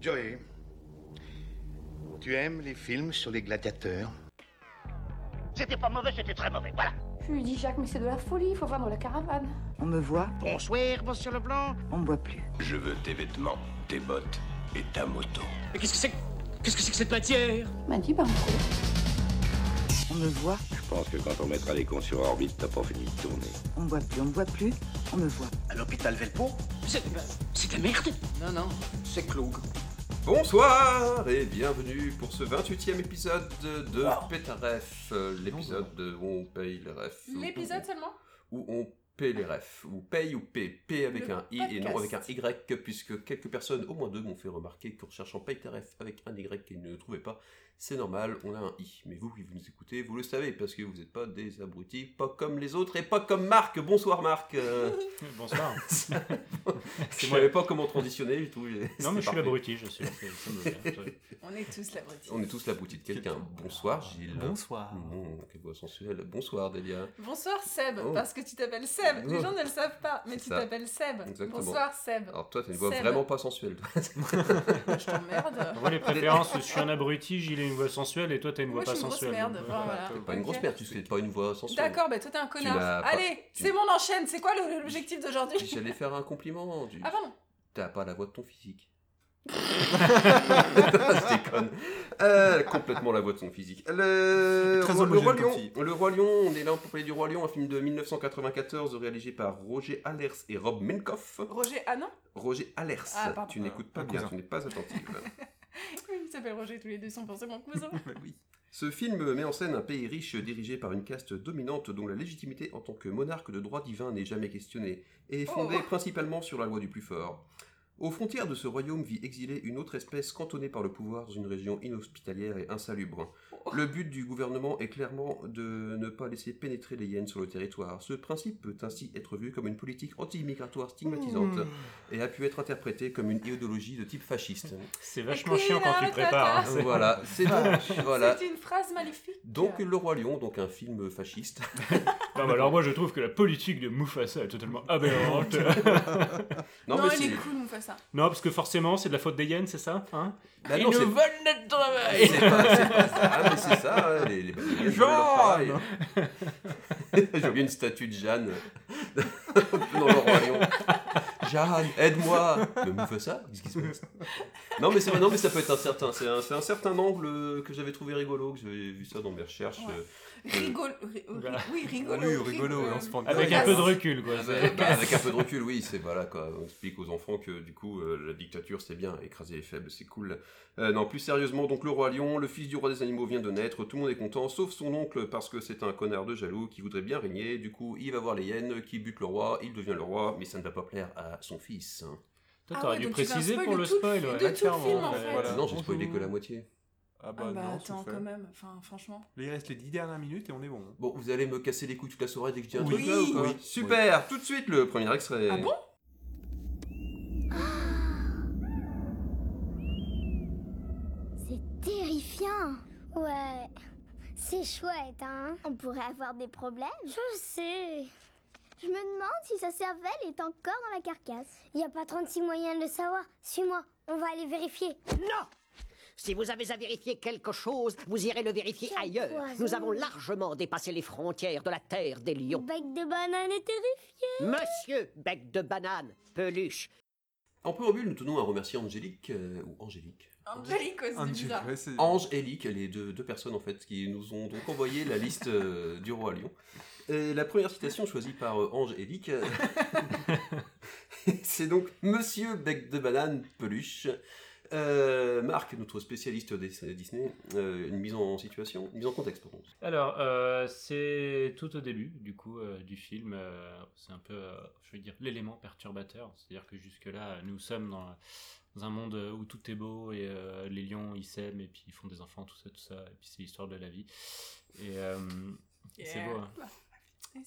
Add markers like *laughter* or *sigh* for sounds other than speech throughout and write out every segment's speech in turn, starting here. Joey, tu aimes les films sur les gladiateurs C'était pas mauvais, c'était très mauvais, voilà. Je lui dis, Jacques, mais c'est de la folie, il faut vendre la caravane. On me voit, Bonsoir, monsieur Leblanc. on me voit plus. Je veux tes vêtements, tes bottes et ta moto. Mais qu'est-ce que c'est que- Qu'est-ce que c'est que cette matière Il m'a dit, bah, on court. On me voit, Je pense que quand on mettra les cons sur orbite, t'as pas fini de tourner. on me voit plus, on me voit plus, on me voit. À l'hôpital Velpo C'est bah, c'est de la merde Non, non, c'est Cloug. Bonsoir et bienvenue pour ce 28e épisode de Pétain Ref, euh, l'épisode de où on paye les refs. ou- L'épisode seulement Où on paye les refs, ou paye ou paye, P avec Le un I et non avec un podcast. Y, puisque quelques personnes, au moins deux, m'ont fait remarquer qu'en recherchant paye tes refs avec un Y qu'ils ne trouvaient pas, c'est normal, on a un I. Mais vous qui vous nous écoutez, vous le savez, parce que vous n'êtes pas des abrutis, pas comme les autres et pas comme Marc. Bonsoir Marc *laughs* euh, Bonsoir. Je savais pas comment transitionner, du tout. non, mais je suis l'abruti. l'abruti, je suis. c'est- ça me vient. On est tous l'abruti. On est tous l'abruti de quelqu'un. Bonsoir Gilles. Bonsoir. Mmh, quelle voix sensuelle. Bonsoir Delia. Bonsoir Seb, Oh. parce que tu t'appelles Seb. Les Oh. gens ne le savent pas, mais C'est tu ça. t'appelles Seb. Exactement. Oh. Bonsoir Seb. Alors toi, t'as une voix Seb. vraiment pas sensuelle. *laughs* toi. Je *laughs* t'emmerde. On voit les préférences, je suis un abruti, Gilles a une voix sensuelle et toi t'as une voix Moi, je pas suis une grosse sensuelle. merde, Ouais. voilà. T'es pas une grosse Ok. merde, tu sais, t'es pas une voix sensuelle. *laughs* D'accord, bah toi t'es un connard. l'as pas- Allez, tu- c'est bon, on enchaîne. C'est quoi le- l'objectif d'aujourd'hui J'allais faire un compliment. Tu... Ah pardon. T'as pas la voix de ton *laughs* physique. Je déconne. Euh, complètement la voix de son physique. Le, Très le, Roi homogène comme Lion, le Roi Lion, on est là pour parler du Roi Lion, un film de 1994 réalisé par Roger Allers et Rob Minkoff. Roger, ah non Roger Allers, Ah, pardon. tu n'écoutes pas bien, tu n'es pas attentive. Oui, Ils s'appellent Roger, tous les deux sont pensés mon cousin. Ce film met en scène un pays riche dirigé par une caste dominante dont la légitimité en tant que monarque de droit divin n'est jamais questionnée, et est fondée Oh. principalement sur la loi du plus fort. Aux frontières de ce royaume vit exilée une autre espèce cantonnée par le pouvoir dans une région inhospitalière et insalubre. Le but du gouvernement est clairement de ne pas laisser pénétrer les hyènes sur le territoire. Ce principe peut ainsi être vu comme une politique anti-immigratoire stigmatisante et a pu être interprété comme une idéologie de type fasciste. euh, C'est vachement chiant quand tu Akira prépares. hein, c'est- voilà, c'est voilà. C'est une phrase maléfique. Donc Le Roi Lion, donc un film fasciste. *laughs* Non, mais alors moi je trouve que la politique de Mufasa est totalement *laughs* aberrante. non, mais il c'est- est cool, on fait ça. non, parce que forcément c'est de la faute des hyènes, c'est ça hein Bah non, c'est volent notre travail c'est pas, c'est pas ça, mais c'est ça, hein, les, les Brésiliens, ils veulent leur travail. *laughs* J'ai oublié une statue de Jeanne *laughs* dans le Roi Lion. Jeanne, aide-moi Mais me fait ça Qu'est-ce qui se passe Non, mais, c'est vrai, non, mais ça peut être un certain, c'est un, c'est un certain angle euh, que j'avais trouvé rigolo, que j'avais vu ça dans mes recherches. Ouais. euh, *laughs* Rigolo. ri- Bah. Ah, Oui, rigolo. Ah, Oui, rigolo, hein, on se prend bien. Avec un peu de recul quoi. c'est- Avec, bah, avec un peu de recul, oui, c'est voilà quoi. On explique aux enfants que du coup, euh, la dictature c'est bien, écraser les faibles c'est cool. Euh, non, plus sérieusement, donc le roi lion, le fils du roi des animaux vient de naître, tout le monde est content, sauf son oncle parce que c'est un connard de jaloux qui voudrait bien régner. Du coup, il va voir les hyènes qui butent le roi, il devient le roi, mais ça ne va pas plaire à son fils. hein. Toi Ah t'aurais ouais, dû donc tu fais un préciser spoil pour de le tout le spoil. film, ouais. de tout le Clairement, film, en ouais. fait. Voilà. non, j'ai spoilé que la moitié. Ah bah, Ah bah non, c'est attends, fait. quand même. Enfin, franchement. Il reste les 10 dernières minutes et on est bon. hein. Bon, vous allez me casser les couilles toute la soirée dès que je dis un Oui. truc là ou quoi Oui. Super Tout de suite le premier extrait. Ah bon C'est terrifiant. Ouais. C'est chouette, hein. On pourrait avoir des problèmes. Je sais. Je me demande si sa cervelle est encore dans la carcasse. Il n'y a pas 36 moyens de le savoir. Suis-moi, on va aller vérifier. Non Si vous avez à vérifier quelque chose, vous irez le vérifier Quel ailleurs. poison. Nous avons largement dépassé les frontières de la terre des Le lions. bec de banane est terrifié. Monsieur Bec de Banane, Peluche, En préambule, nous tenons à remercier Angélique, euh, ou Angélique, Angélique, ouais, c'est Angel- bizarre. ouais, c'est- Ange et Lick, les deux, deux personnes en fait, qui nous ont donc envoyé la liste euh, du roi lion. Et la première citation choisie par euh, Ange et Lick, euh, *laughs* c'est donc Monsieur Bec de Banane Peluche. Euh, Marc, notre spécialiste des- Disney, euh, une mise en situation, une mise en contexte, pardon. Alors, euh, c'est tout au début, du coup, euh, du film. euh, c'est un peu, euh, je veux dire, l'élément perturbateur. C'est-à-dire que jusque-là, nous sommes dans, dans un monde où tout est beau et euh, les lions, ils s'aiment et puis ils font des enfants, tout ça, tout ça. Et puis c'est l'histoire de la vie. Et euh, c'est Yeah. beau. hein.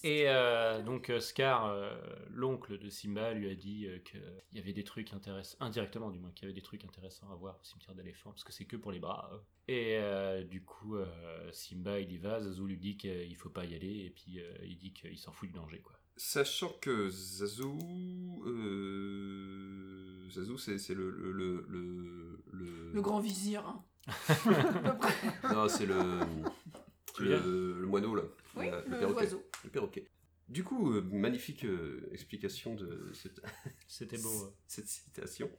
Et euh, donc euh, Scar, euh, l'oncle de Simba, lui a dit euh, qu'il y avait des trucs intéressants, indirectement du moins, qu'il y avait des trucs intéressants à voir au cimetière d'éléphants, parce que c'est que pour les bras. euh. Et euh, du coup, euh, Simba, il y va, Zazu lui dit qu'il faut pas y aller, et puis euh, il dit qu'il s'en fout du danger, quoi. Sachant que Zazu, euh, Zazu, c'est c'est le, le, le, le- *laughs* Le grand vizir. hein. Non, c'est le, Tu l'as le, le moineau, là. Oui, Euh, le perroquet. oiseau. Le perroquet. Du coup, euh, magnifique euh, explication de cette, *laughs* C'était beau. hein. cette citation.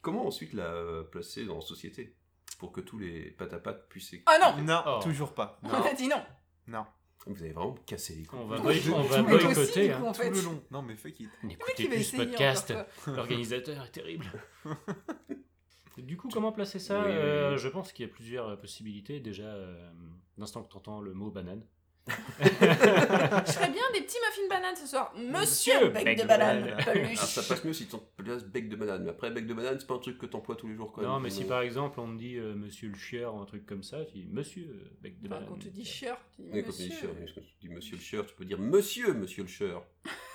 Comment ensuite la euh, placer dans société pour que tous les patapates puissent. Ah non Non, Oh. toujours pas. On *laughs* a dit non. Non. Vous avez vraiment cassé les couilles. On va, Oui, boy- on tout va le monde aussi, boycotter. du hein. coup, en Tout fait. le long. Non, mais fake it. Le mec, N'écoutez il va plus ce essayer podcast. encore, quoi. *laughs* L'organisateur est terrible. *laughs* Du coup, comment placer ça Oui. Euh, Je pense qu'il y a plusieurs possibilités. Déjà, euh, l'instant que tu entends le *laughs* mot banane. Je ferais bien des petits muffins bananes ce soir. Monsieur bec de banane, Ah. peluche. Alors, Ah, ça passe mieux si t'en places bec de banane. Mais après, bec de banane, c'est pas un truc que t'emploies tous les jours quand même. non, mais si Donc, par exemple on me dit euh, monsieur le chieur ou un truc comme ça, tu dis monsieur euh, bec de Enfin, banane. quand tu dis chieur, tu dis Oui, quand tu dis monsieur. cheur, oui, quand tu dis monsieur le cheur, tu peux dire monsieur, monsieur le *laughs* cheur,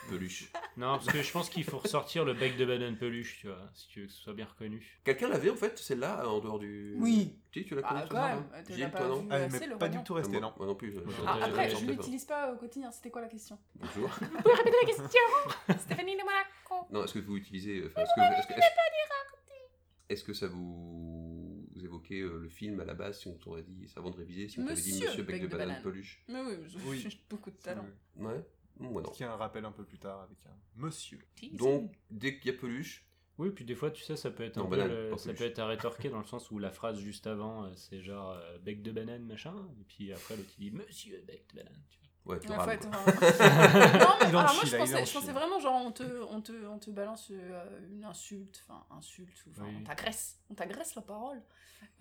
peluche. Non, parce que je pense qu'il faut ressortir le bec de banane peluche, tu vois, si tu veux que ce soit bien reconnu. Quelqu'un l'avait en fait, celle-là, en dehors du. Oui. Tu, sais, tu l'as Ah, connue quand même, toi, t'as hein. Gilles, pas toi non vu. Ah, Ouais, c'est mais le pas roman. du tout resté, Ah, moi, non. moi non plus. je- je- Ah, Euh, j'en après, je j'entendais pas. l'utilise pas au quotidien, c'était quoi la question Bonjour. Vous pouvez répéter la question Stéphanie de Monaco Non, est-ce que vous utilisez. enfin, Est-ce que, est-ce que- est-ce- est-ce que ça vous, vous évoquait euh, le film à la base si on t'aurait dit, ça, avant de réviser, si on t'avait dit Monsieur Monsieur Bec de, Banane, Peluche Mais oui, mais je- Oui. j'ai beaucoup de talent. Euh, Ouais, moi non. Qui a un rappel un peu plus tard avec un monsieur. Donc, dès qu'il y a Peluche, Oui, puis des fois, tu sais, ça peut être un Non, peu banane, le- pas ça peut peluche. être à rétorquer dans le sens où la phrase juste avant, euh, c'est genre euh, bec de banane, machin, et puis après, l'autre il dit monsieur bec de banane. tu vois. ouais, tu Ouais, rames, faut être- quoi. *laughs* non, mais Il en alors moi chie, je là, il en pensais, je chie. pensais vraiment genre on te, on te, on te balance euh, une insulte, enfin insulte, ou enfin Oui. on t'agresse, on t'agresse la parole,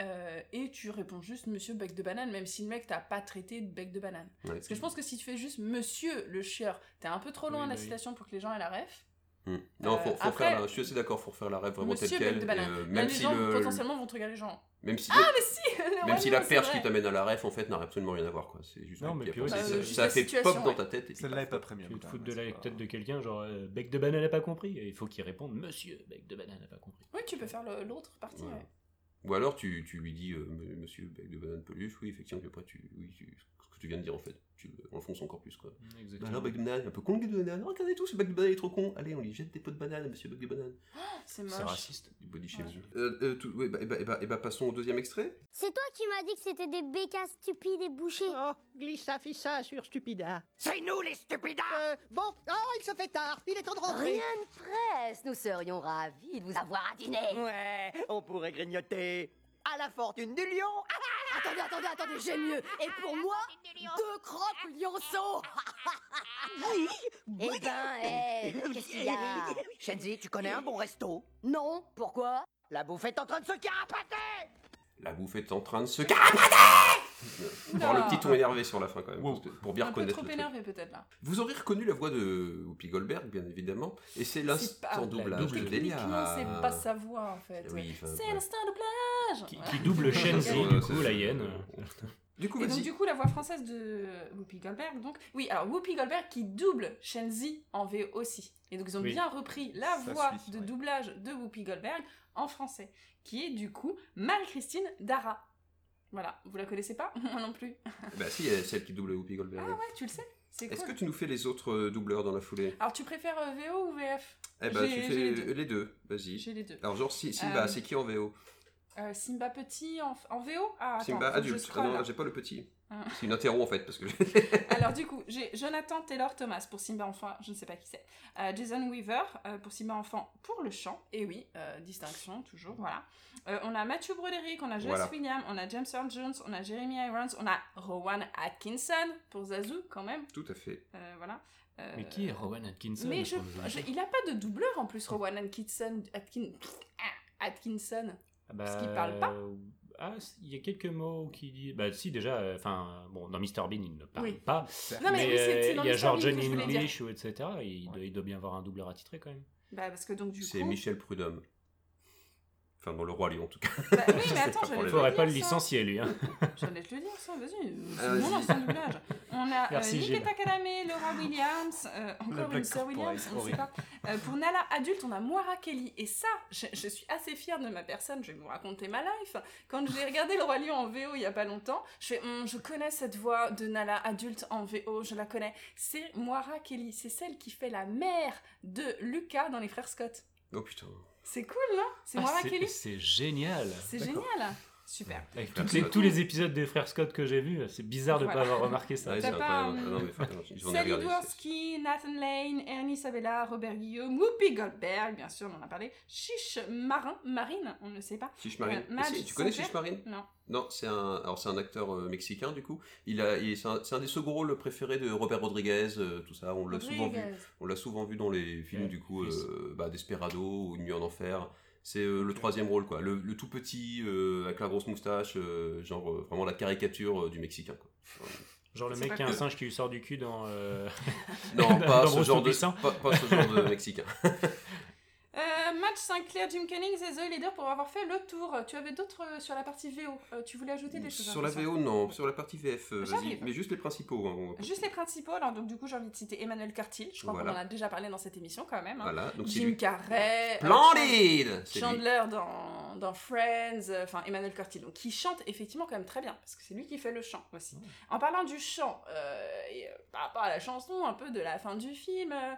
Euh, et tu réponds juste monsieur bec de banane, même si le mec t'a pas traité de bec de banane. Ouais. Parce que je pense que si tu fais juste monsieur le chieur, t'es un peu trop loin Oui, à la bah oui. citation pour que les gens aient la ref. Hmm. Non, faut, Euh, faut faire après- la- je suis assez d'accord, faut faire la rêve vraiment Monsieur telle quelle. Bec de Banane. et, euh, Là, même les si gens le- potentiellement vont te regarder genre. *laughs* même si, Ah mais si le même si royaume, la c'est perche vrai. qui t'amène à la ref en fait n'a absolument rien à voir quoi. C'est juste Non, que- mais puis puis après, ouais, ça- c'est- ça, juste la fait pop situation, dans ouais. ta tête. et puis- Celle-là est pas premium. Tu te quand fous même, de la c'est pas- tête de quelqu'un, genre euh, bec de banane n'a pas compris, et il faut qu'il réponde monsieur bec de banane n'a pas compris. Oui tu peux faire le- l'autre partie. Voilà. ouais. Ou alors tu, tu lui dis euh, M- Monsieur Bec de Banane Peluche, oui effectivement, puis après tu, oui, tu- ce que tu viens de dire en fait, tu l'enfonces encore plus quoi. Bah Exactement. alors Bec de Banane, un peu con le Bec de Banane, Oh, regardez tout, ce Bec de Banane est trop con, allez on lui jette des pots de banane à Monsieur Bec de Banane. Ah, C'est c'est moche. raciste. Du body shaming. Euh, euh, tout- ouais, bah, et bah, et bah- et bah, passons au deuxième extrait. C'est toi qui m'as dit que c'était des bécas stupides et bouchés. Oh, glissa fissa sur Stupida. C'est nous les stupides Euh, bon, oh, il se fait tard, il est temps de rentrer. Rien de presse, nous serions ravis de vous avoir à dîner. Ouais, on pourrait grignoter à la fortune du lion. *laughs* Attendez, attendez, attendez, j'ai mieux. Et pour moi, deux croppes lionceaux. eh ben, eh, qu'est-ce qu'il y a *laughs* Shenzi, tu connais un bon resto Non, pourquoi La bouffe est en train de se carapater La bouffe est en train de se carapater Voir le petit ton énervé sur la fin quand même, Wow. parce que- pour bien Un peu reconnaître trop le truc. énervé peut-être là. Vous aurez reconnu la voix de Whoopi Goldberg, bien évidemment, et c'est pas- l'instant doublage de Delia. Techniquement, c'est pas sa voix en fait. hein. Oui, enfin, c'est ouais. l'instinct de plage Qui, qui *laughs* double Shenzi, Ouais, du c'est- coup, la hyène. Du coup, Et donc vas-y. du coup la voix française de Whoopi Goldberg donc oui alors Whoopi Goldberg qui double Shenzi en VO aussi et donc ils ont Oui. bien repris la Ça voix suit, de ouais. doublage de Whoopi Goldberg en français qui est du coup Mal Christine Dara voilà vous la connaissez pas *laughs* moi non plus Bah si, elle- celle qui double Whoopi Goldberg. ah ouais tu le sais c'est Euh, Est-ce cool que tu nous fais les autres euh, doubleurs dans la foulée alors tu préfères euh, VO ou VF Eh bah, J'ai- tu j'ai fais les les deux. deux, vas-y. j'ai les deux Alors, genre, si- Simba, Euh, c'est qui en VO Euh, Simba petit en, en VO ah attends, Simba faut que je adulte. Ah scrolle, là. non, j'ai pas le petit. Ah. C'est une interro en fait, parce que. *laughs* Alors du coup, j'ai Jonathan Taylor Thomas pour Simba enfant, je ne sais pas qui c'est. Euh, Jason Weaver euh, pour Simba enfant pour le chant. Et oui, euh, distinction toujours, voilà. Euh, on a Matthew Broderick, on a Joss Voilà. William, on a James Earl Jones, on a Jeremy Irons, on a Rowan Atkinson pour Zazu quand même, Tout à fait. Euh, voilà. Euh, Mais qui est Rowan Atkinson mais je- pour nous je- il a pas de doubleur en plus, Rowan Atkinson. Atkin- Atkinson. Ah bah, Parce qu'il parle pas. euh, Ah, si, il y a quelques mots qui disent. Bah, si, déjà, euh, enfin, euh, bon, dans Mr. Bean, il ne parle Oui. pas. Non, mais, oui, c'est- c'est euh, dans il y a Mr. genre Bean John que je voulais dire. English ou etc. et il, doit, il doit bien avoir un doubleur attitré quand même. Bah, parce que donc du C'est coup. Michel Prudhomme. Enfin, dans Le Roi Lion, en tout cas. *laughs* Bah, oui, mais pas attends, pour j'allais les- Il te faudrait dire pas le ça. licencier, lui. Hein. J'allais te le dire, ça, vas-y. Ah, C'est mon vas-y. ancien doublage. On a euh, Merci, Gilles. Nikita Kaname, Laura Williams, euh, La encore blague une sœur Williams, on ne corporate, sait pas. Euh, pour Nala adulte, on a Moira Kelly. Et ça, je, je suis assez fière de ma personne, je vais vous raconter ma life. Quand j'ai regardé Le Roi Lion en VO il y a pas longtemps, je fais Hum, je connais cette voix de Nala adulte en VO, je la connais. C'est Moira Kelly, c'est celle qui fait la mère de Lucas dans Les Frères Scott. Oh putain. C'est cool, non C'est Ah, Moira c'est- Kelly C'est génial. C'est génial Super. Avec Frères toutes les- Scott. tous les épisodes des frères Scott que j'ai vus, c'est bizarre de ne Voilà. pas avoir remarqué ça. Ouais, T'as c'est pas, incroyable. euh, Ah non, mais enfin, *laughs* non, j'en ai regardé, Sally c'est- Dworsky, Nathan Lane, Ernest Sabella, Robert Guillaume, Whoopi Goldberg, bien sûr, on en a parlé. Chiche Marin, Marine, on ne sait pas. Chiche Marine. Euh, Madge, Si, tu son connais père Chiche Marine Non. Non, c'est un, alors c'est un acteur euh, mexicain du coup. Il a, il- c'est un, c'est un des seconds rôles préférés de Robert Rodriguez, euh, tout ça. On l'a souvent vu. Rodriguez. On l'a souvent vu dans les films du coup, euh, bah, Desperado ou Une nuit en enfer. C'est euh, le troisième rôle quoi. Le, le tout petit euh, avec la grosse moustache, euh, genre euh, vraiment la caricature euh, du mexicain *laughs* quoi. Genre le C'est mec pas qui a un cool. singe qui lui sort du cul dans. euh, Non, dans pas ce Bruce genre de, Robinson. pas, pas ce genre *laughs* de mexicain. Euh, Madge Sinclair, Jim Cummings et Zoe Leader pour avoir fait le tour. Tu avais d'autres euh, sur la partie VO. Euh, tu voulais ajouter des choses Sur la Vincent VO non, sur la partie VF, euh, J'arrive. vas-y, mais juste les principaux. hein, on- Juste les principaux, alors donc du coup j'ai envie de citer Emmanuel Cartil, je crois Voilà. qu'on en a déjà parlé dans cette émission quand même. hein. Voilà, donc c'est Jim lui. Carrey, euh, Splendide Chan- C'est lui. Chandler dans, dans Friends, euh, enfin Emmanuel Cartil, donc qui chante effectivement quand même très bien, parce que c'est lui qui fait le chant aussi. En parlant du chant, euh, et, euh, par rapport à la chanson un peu de la fin du film, euh,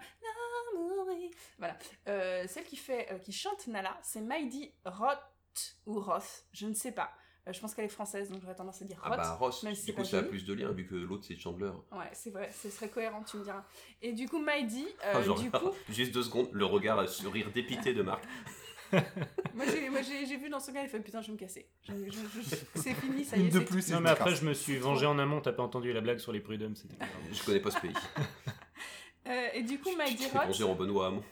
Namori, voilà, Euh, celle qui fait, euh, qui chante Nala, c'est Maïdi Roth ou Roth, je ne sais pas. Euh, je pense qu'elle est française, donc j'aurais tendance à dire Roth. Ah bah Ross, même si c'est du coup pas ça a joli. plus de lien vu que l'autre c'est Chandler. Ouais, c'est vrai, ce serait cohérent, tu me diras. Et du coup, Maïdi, euh, Ah, genre, du coup, Juste deux secondes, le regard, ce rire dépité de Marc. moi j'ai- moi, j'ai j'ai vu dans ce cas, il fait putain, je vais me casser. Je- je- je- c'est fini, ça y est. c'est tout. Non, mais après, je me suis vengé en amont. T'as pas entendu la blague sur les prud'hommes, c'était pas grave. Je connais pas ce pays. Euh, et du coup, Maïdi C'est Roth, mangé en Benoît Hamon.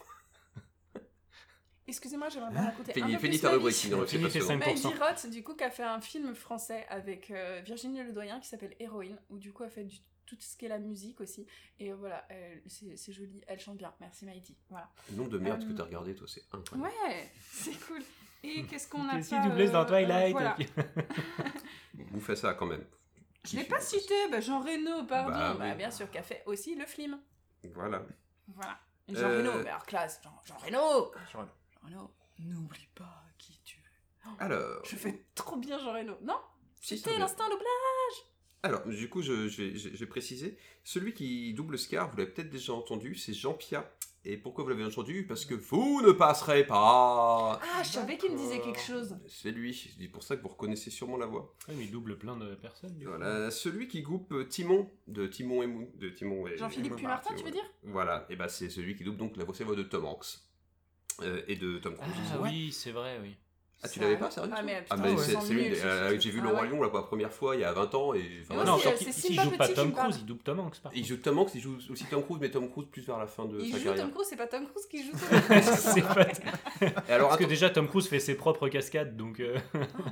excusez-moi, j'aimerais bien raconter Fini- un peu fini plus ta ma rubrique, vie. sinon, c'est Fini pas tes sûr. 5%. Maïdi Roth, du coup, qui a fait un film français avec euh, Virginie Ledoyen qui s'appelle Héroïne, où du coup, elle fait du- tout ce qui est la musique aussi. Et euh, voilà, elle- c'est c'est joli, elle chante bien. Merci Maïdi. Voilà. Le nombre de merde Euh, que t'as regardé, toi, c'est incroyable. Ouais, c'est cool. *laughs* Et qu'est-ce qu'on a T'es si pas, doubleuse euh, dans euh, Twilight. voilà. et puis- Vous faites ça quand même. Je l'ai pas cité, bah Jean Reno, pardon, Bah bah, oui. bien sûr, qu'a fait aussi le film. Voilà. Voilà. Et Jean Euh, Reno, mais alors classe, Jean, Jean Reno Jean Reno. n'oublie pas qui tu es. Alors. Je fais trop bien Jean Reno. Non Si, C'était ça l'instinct doublage Alors, du coup, je, je vais- je- je vais préciser. Celui qui double Scar, vous l'avez peut-être déjà entendu, c'est Jean Pia. Et pourquoi vous l'avez entendu Parce que vous ne passerez pas Ah, je savais qu'il me disait quelque chose. C'est lui, c'est pour ça que vous reconnaissez sûrement la voix. Ouais, mais il double plein de personnes. du coup. Voilà, celui qui coupe euh, Timon, de Timon et Mou, de Timon et Jean-Philippe et Plumartin, tu veux dire Voilà, et bah c'est celui qui double donc la voix, c'est la voix de Tom Hanks euh, et de Tom Cruise. Ah oui, c'est vrai, oui. Ah, tu l'avais pas, sérieux Ah, mais Ah, putain, mais on c'est sent c'est l'une nul, des- ce euh, truc. J'ai vu Ah Le Roi ouais. Lion là, pour la première fois il y a 20 ans et. enfin, moi voilà. non, aussi, euh, s'il- c'est s'il Simba joue pas Petit qui Tom me parle. Cruise, il double Tom Hanks par Il contre. joue Tom Hanks, il joue aussi Tom Cruise, mais Tom Cruise plus vers la fin de Il sa joue carrière. Tom Cruise, c'est pas Tom Cruise qui *laughs* joue Tom *laughs* C'est Cruise. pas- Et alors, Parce que attends- déjà, Tom Cruise fait ses propres cascades, donc. euh,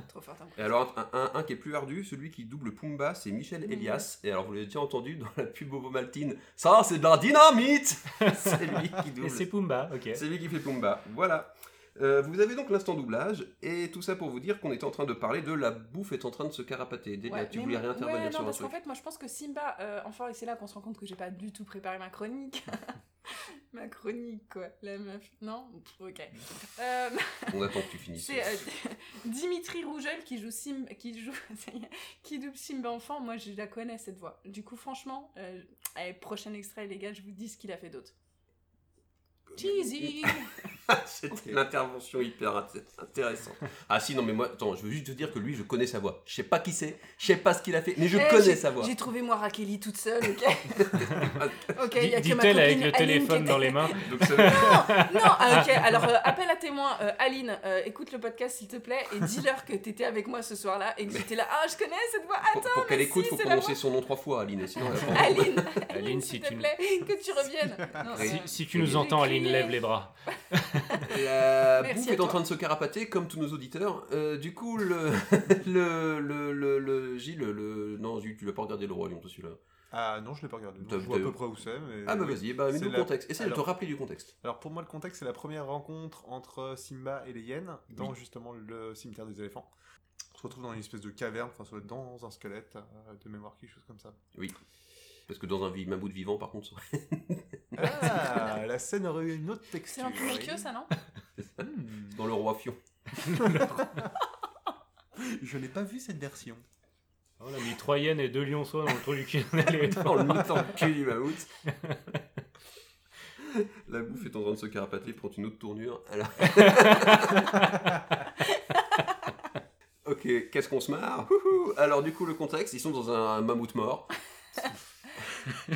trop fort Tom Cruise. Et alors, un, un- un qui est plus ardu, celui qui double Pumba, c'est Michel Elias. Et alors, vous l'avez déjà entendu dans la pub Bobo Maltine. Ça, c'est de la *laughs* dynamite C'est lui qui Et double. c'est Pumba, ok. C'est lui qui fait Pumba. Voilà. Euh, vous avez donc l'instant doublage, et tout ça pour vous dire qu'on était en train de parler de la bouffe est en train de se carapater. Delia, Ouais, tu mais voulais moi- réintervenir ouais, non, sur un parce truc. qu'en fait, moi, je pense que Simba, euh, enfin, et c'est là qu'on se rend compte que j'ai pas du tout préparé ma chronique. *laughs* ma chronique, quoi, la meuf. Non Pff, Ok. Euh, On attend que tu finisses. c'est euh, *laughs* Dimitri Rougel qui joue Simba, qui joue, *laughs* ça y est, qui double Simba enfant. Moi, je la connais cette voix. Du coup, franchement, euh, allez, prochain extrait, les gars, je vous dis ce qu'il a fait d'autre. Cheesy *laughs* C'était l'intervention hyper int- intéressante. Ah si, non mais moi, attends, je veux juste te dire que lui, je connais sa voix. Je sais pas qui c'est, je sais pas ce qu'il a fait, mais je Eh, connais j'ai- sa voix. J'ai trouvé moi Rakeli toute *laughs* seule, ok Ok, il y a Dit- que ma Dit-elle avec copine le Aline qui téléphone était- dans les mains. Donc, ça- Non, ah, *laughs* ok, alors euh, appel à témoin, euh, Aline, euh, écoute le podcast s'il te plaît et dis-leur que t'étais avec moi ce soir-là et que j'étais là, ah je connais cette voix, pour attends, pour qu'elle mais écoute, si, faut c'est la prononcer son nom trois fois, Aline. Sinon, elle va voix- pas- *laughs* *laughs* Aline, Euh, Aline, Aline si s'il te tu nous- plaît, que tu reviennes. Non, Si- euh, Si, si tu nous entends, Aline, lève les bras. *laughs* La euh, Merci bouffe à est en toi. train de se carapater, comme tous nos auditeurs. Euh, du coup, le, *laughs* le, le, le, le- Gilles, le, non, Gilles, tu l'as pas regardé le Roi Lion, toi, celui-là. Ah non, je l'ai pas regardé. donc T'as- je vois à t'as- peu près où c'est. Mais... Ah bah Euh, oui. vas-y, bah, C'est mets-nous le la- contexte. Essaye de Alors- te rappeler du contexte. Alors pour moi, le contexte, c'est la première rencontre entre Simba et les hyènes dans justement le cimetière des éléphants. On se retrouve dans une espèce de caverne, enfin, ça doit être dans un squelette euh, de mémoire, quelque chose comme ça. Oui. Parce que dans un vi- mammouth vivant, par contre, ça- Ah, la scène aurait eu une autre C'est texture. un peu moqueux, ça, non Hmm, dans le Roi *laughs* Fion. Je n'ai pas vu cette version. On a mis trois hyènes *laughs* et deux lionceaux dans le truc. On allait- Dans le mythe en cul du mammouth. *laughs* La bouffe est en train de se carapater, prend une autre tournure. Alors- ok, qu'est-ce qu'on se marre Houhou. Alors du coup, le contexte, ils sont dans un mammouth mort.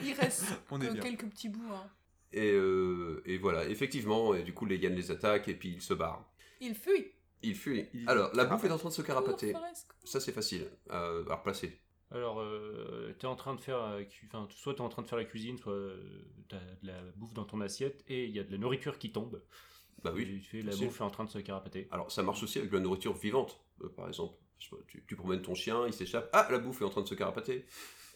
Il reste *laughs* On est que bien. quelques petits bouts. hein. Et, euh, et voilà, effectivement, et du coup, les Yann les attaquent et puis ils se barrent. Il fuit. Ils fuient. Alors, la bouffe est en train de se carapater. Cours, Forest, Ça, c'est facile euh, à replacer. Alors, euh, t'es en train de faire, euh, cu- enfin, soit t'es en train de faire la cuisine, soit euh, t'as de la bouffe dans ton assiette et il y a de la nourriture qui tombe. Bah oui, Et tu fais, la facile. bouffe est en train de se carapater. Alors, ça marche aussi avec de la nourriture vivante, euh, par exemple. Je sais pas, Tu, tu promènes ton chien, il s'échappe. Ah, la bouffe est en train de se carapater.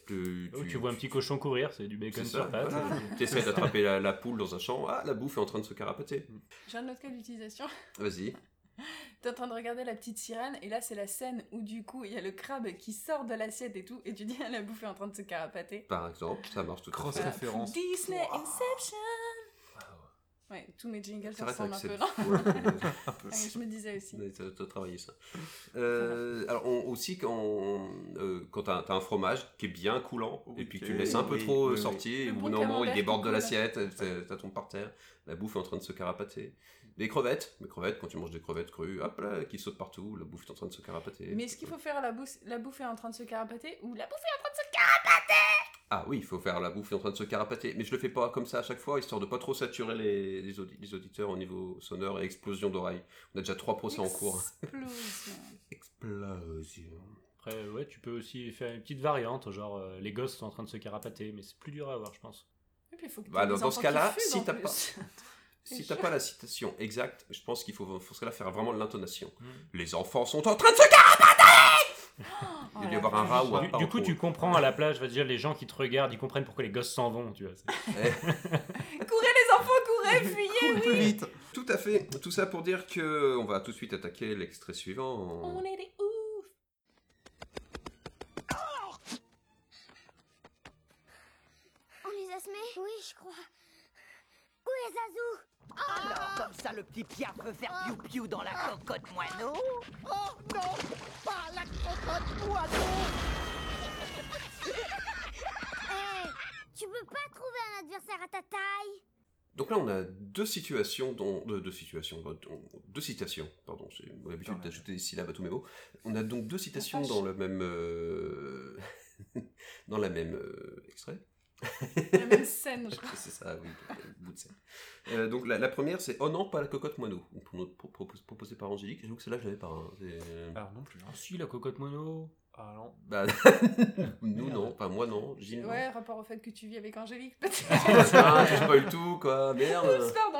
Tu, Ou tu vois un petit cochon courir, c'est du bacon C'est sur ça, pâte. voilà. et- T'essaies d'attraper la, la poule dans un champ. Ah, la bouffe est en train de se carapater. J'ai un autre cas d'utilisation. Vas-y. *laughs* T'es en train de regarder la petite sirène, et là, c'est la scène où, du coup, il y a le crabe qui sort de l'assiette et tout, et tu dis, *laughs* ah, la bouffe est en train de se carapater. Par exemple, ça marche tout à Grosse fait. référence. Disney Inception Ouais, tous mes jingles ça T'arrêtes avec ressemblent un cette. peu, non Ouais, un peu. Ouais, Je me *laughs* disais aussi. Ouais, T'as t'as travaillé ça. Euh, alors on- aussi quand euh, quand t'as t'as un fromage qui est bien coulant et puis que tu le laisses un peu oui, trop oui, euh, oui. sortir, Le au bout bon d'un moment il camembert qui déborde de coule. l'assiette, euh, t'as- t'as tombe par terre, la bouffe est en train de se carapater. Les crevettes, les crevettes quand tu manges des crevettes crues, hop là, qui sautent partout, la bouffe est en train de se carapater. Mais est-ce qu'il faut faire la bouffe, la bouffe est en train de se carapater ou la bouffe est en train de se Ah oui, il faut faire la bouffe est en train de se carapater, mais je le fais pas comme ça à chaque fois histoire de pas trop saturer les, les, audi- les auditeurs au niveau sonore et explosion d'oreilles. On a déjà 3% en cours. *laughs* carapater Explosion. Après, ouais, tu peux aussi faire une petite variante, genre euh, les gosses sont en train de se carapater, mais c'est plus dur à avoir, je pense. Et puis, il faut que Bah, t'aies dans, des dans ce enfants cas-là, qui fument, si en t'as plus. pas, C'est si t'as sûr. pas la citation exacte, je pense qu'il faut, faut se la faire vraiment de l'intonation. Mm. Les enfants sont en train de se carapater Il doit y avoir un rat ou un Du, pain du au coup, pot. tu comprends à la plage, vas dire les gens qui te regardent, ils comprennent pourquoi les gosses s'en vont, tu vois. Courez les enfants, *laughs* courez, fuyez, oui Tout à fait. Tout ça pour dire que on va tout de suite attaquer l'extrait suivant. On est des ouf On les a semés Oui, je crois. Où est Zazou Ah. Alors, comme ça, le petit Pierre peut faire piou-piou dans la cocotte moineau Oh non Pas la cocotte moineau Hey, Eh, tu peux pas trouver un adversaire à ta taille Donc là, on a deux situations, dont, euh, deux situations, bah, dont- deux citations, pardon, j'ai l'habitude d'ajouter des syllabes à tous mes mots. On a donc deux citations dans le même, euh, *laughs* dans la même euh, extrait. La même scène, je crois. C'est ça, oui, le bout de scène. Euh, donc la, la première, c'est Oh non, pas la cocotte moineau, pour nous- pour- propos- proposée par Angélique. J'avoue que celle-là, je l'avais pas. hein. C'est- Alors non plus. hein. Ah si, la cocotte mono. Ah non. Bah, *laughs* nous, non, pas moi, non, Jim. non. Ouais, rapport au fait que tu vis avec *laughs* Angélique, Ah, peut-être. j'ai pas eu le tout, quoi, Oups, *laughs* merde. pardon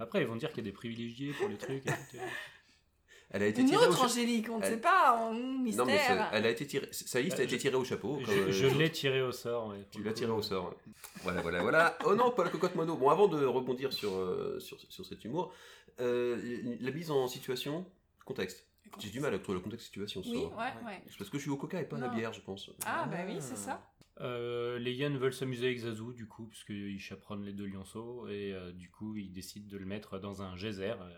Après, ils vont dire qu'il y a des privilégiés pour les trucs. et tout, euh. Elle a été Une tirée au autre chapeau. Angélique, on ne Elle- sait pas, on... Non, mais mystère ça, elle a été tirée. Sa liste a Euh, été je- tirée au chapeau. comme, Je, euh, je l'ai tiré au sort, ouais. Tu l'as tiré au sort. ouais. Voilà, voilà, voilà. Oh non, pas la cocotte mono. Bon, avant de rebondir sur, euh, sur, sur cet humour, euh, la mise en situation, contexte. J'ai du mal à trouver le contexte situation. ce Oui, soir. ouais, ouais. C'est parce que je suis au coca et pas à la Non. bière, je pense. Ah, bah oui, c'est ça. Euh, les Yann veulent s'amuser avec Zazu, du coup, parce qu'ils chaperonnent les deux lionceaux, et euh, du coup, ils décident de le mettre dans un geyser, euh,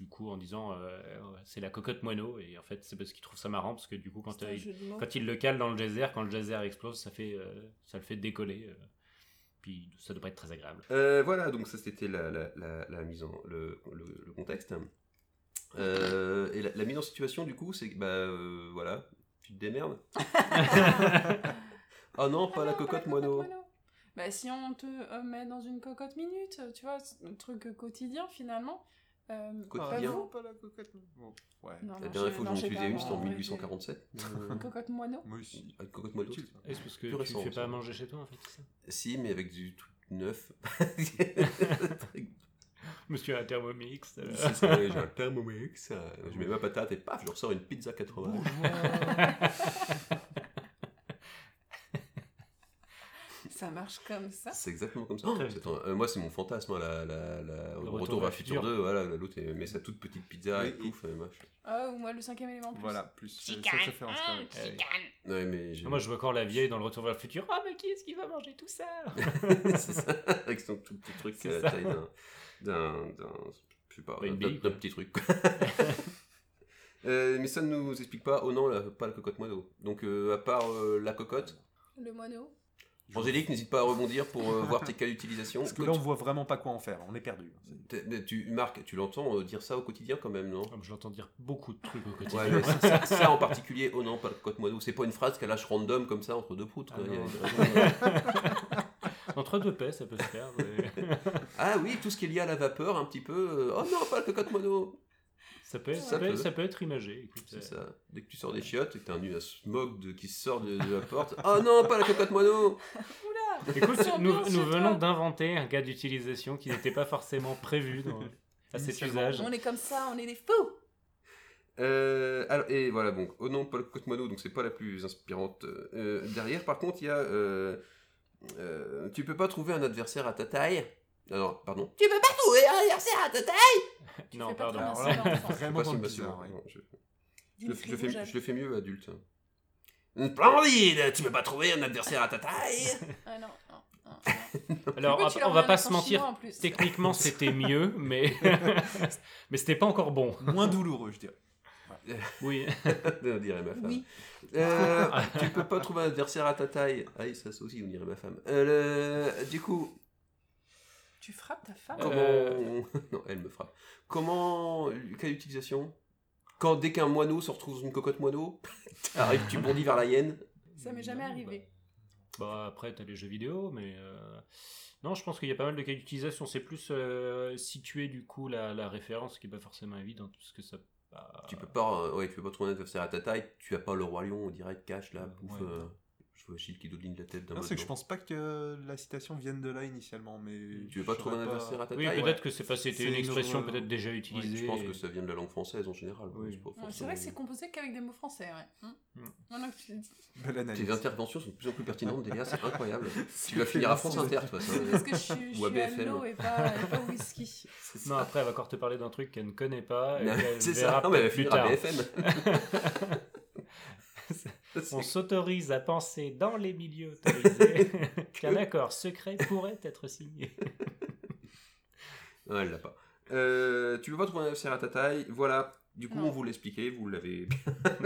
du coup, en disant euh, euh, c'est la cocotte moineau, et en fait, c'est parce qu'ils trouvent ça marrant, parce que du coup, quand, C'est un euh, jeu ils, de mots. quand ils le calent dans le geyser, quand le geyser explose, ça, fait, euh, ça le fait décoller, euh, puis ça doit pas être très agréable. Euh, voilà, donc ça c'était la, la- la- la mise en le, le- le contexte. Euh, et la, la mise en situation du coup, c'est que, bah euh, voilà, tu te démerdes. oh non, pas la cocotte moineau. Bah, si on te euh, met dans une cocotte minute, tu vois, c'est un truc quotidien finalement. Euh, Ah, Quotidien. pas vous pas la cocotte. Bon, ouais. Non, non, La dernière j'ai- fois non, que j'en j'ai utilisais pas- une, c'était en ouais, j'ai- 1847. Euh, Une cocotte moineau Moi aussi. avec cocotte moineau. Utile, ça. Et c'est parce que Plus tu récent, fais pas ça. à manger chez toi, en fait, c'est ça Si, mais avec du truc neuf. Monsieur a un Thermomix. *laughs* euh. C'est ça, ouais, j'ai un Thermomix. euh, Je mets ma patate et paf, je ressors une pizza 80. Ça marche comme ça. C'est exactement comme ça. C'est un- euh, moi, c'est mon fantasme, hein, la, la- la- le retour, Retour à vers Futur Futur. 2. Voilà, l'autre elle met sa toute petite pizza et Oui, pouf, elle mâche. Ah, ou moi, le cinquième élément en plus. Voilà, plus euh, cette Chicane. référence. Ah, là, oui. Euh, Ouais, mais j'ai- Moi, je vois encore la vieille dans le Retour vers le futur. Ah, mais qui est-ce qui va manger tout ça *laughs* c'est ça, avec son tout petit truc à la C'est ça. taille d'un. d'un. d'un- je sais pas, Bah, une d'un- bille, d'un quoi. petit truc. *laughs* quoi. Euh, mais ça ne nous explique pas, oh non, la- pas la cocotte moineau. Donc, euh, à part euh, la cocotte, Le moineau. Angélique, n'hésite pas à rebondir pour euh, voir tes cas d'utilisation. Parce que là, on voit vraiment pas quoi en faire, on est perdu. T'es- mais Tu, Marc, tu l'entends euh, dire ça au quotidien quand même, non Je l'entends dire beaucoup de trucs au Ouais, mais ça, ça- ça en particulier, oh non, pas le côte moineau. C'est pas une phrase qu'elle lâche random comme ça entre deux poutres. Ah quoi. non. Il y a- Entre deux paix, ça peut se faire. mais- ah oui, tout ce qui est lié à la vapeur, un petit peu. euh, Oh non, pas le cocotte mono Ça peut être, ça peut être- ça peut être imagé. écoute. euh, C'est ça. Dès que tu sors des chiottes et que t'as un, un smog de- qui sort de, de la porte. Oh non, pas la cocotte mono Oula Écoute, ambiance nous, chez nous toi. venons d'inventer un cas d'utilisation qui n'était pas forcément prévu dans- à cet usage. On est comme ça, on est des fous Euh, alors, et voilà, donc, au nom de Paul Cotmono, donc c'est pas la plus inspirante. Euh, derrière, par contre, il y a. euh, euh, tu peux pas trouver un adversaire à ta taille. Ah non, pardon. Tu peux pas trouver un adversaire à ta taille Non, pardon. Alors là, hein. vraiment dans le bizarre, ouais. je... *laughs* Je le, je le fais, je le fais mieux, adulte. hein. Splendide Tu peux pas trouver un adversaire à ta taille Ah non, non. Alors, Pourquoi tu leur on va mets un pas accent se mentir, chinois en plus techniquement c'était mieux, *laughs* mais, mais c'était pas encore bon. Moins douloureux, je dirais. Oui. *laughs* on dirait ma femme. Oui. Euh, tu peux pas trouver un adversaire à ta taille. Ah, oui, ça c'est aussi, on dirait ma femme. Euh, le- Du coup, Tu frappes ta femme Comment *laughs* Non, elle me frappe. Comment Quelle utilisation Quand dès qu'un moineau se retrouve dans une cocotte moineau, *laughs* arrive tu bondis vers la hyène. Ça m'est jamais arrivé. Bah, après, t'as les jeux vidéo, mais. euh, Non, je pense qu'il y a pas mal de cas d'utilisation. C'est plus euh, situer du coup la, la référence qui est pas forcément évidente, parce que ça. bah, Tu peux pas, euh, ouais, tu peux pas trouver un adversaire à ta taille. Tu as pas le roi lion en direct cache là. Pouf, Ouais. euh, je vois Shield qui dodeline la tête d'un Non, Ah, c'est que moineau. je pense pas que la citation vienne de là initialement, mais. Tu veux pas je trouver un saurais adversaire à ta Oui, taille peut-être que c'est pas- c'était une expression nouveau- peut-être déjà Oui. utilisée. hein. Je pense et- que ça vient de la langue française en général. hein, Oui. C'est pas Ouais, C'est vrai que c'est forcément- composé qu'avec des mots français, ouais. Hum. Hmm. Maintenant que tu le dis. Belle analyse. Tes interventions sont de plus en plus pertinentes, Delia, c'est *laughs* incroyable. C'est tu vas finir à France fascinant. Inter, *laughs* toi. ça. Parce que je suis, je Ou à suis à BFM. l'eau et pas, et pas au whisky. Non, après, elle va encore te parler d'un truc qu'elle ne connaît pas. *laughs* et Non, qu'elle c'est verra ça. Non, mais elle va plus finir à *laughs* tard. BFM. *laughs* On s'autorise à penser dans les *laughs* milieux autorisés qu'un accord secret pourrait *laughs* être signé. Non, elle l'a pas. Euh, tu veux pas trouver un adversaire à ta taille Voilà. Du coup, Non. on vous l'expliquait, vous *laughs* l'avez.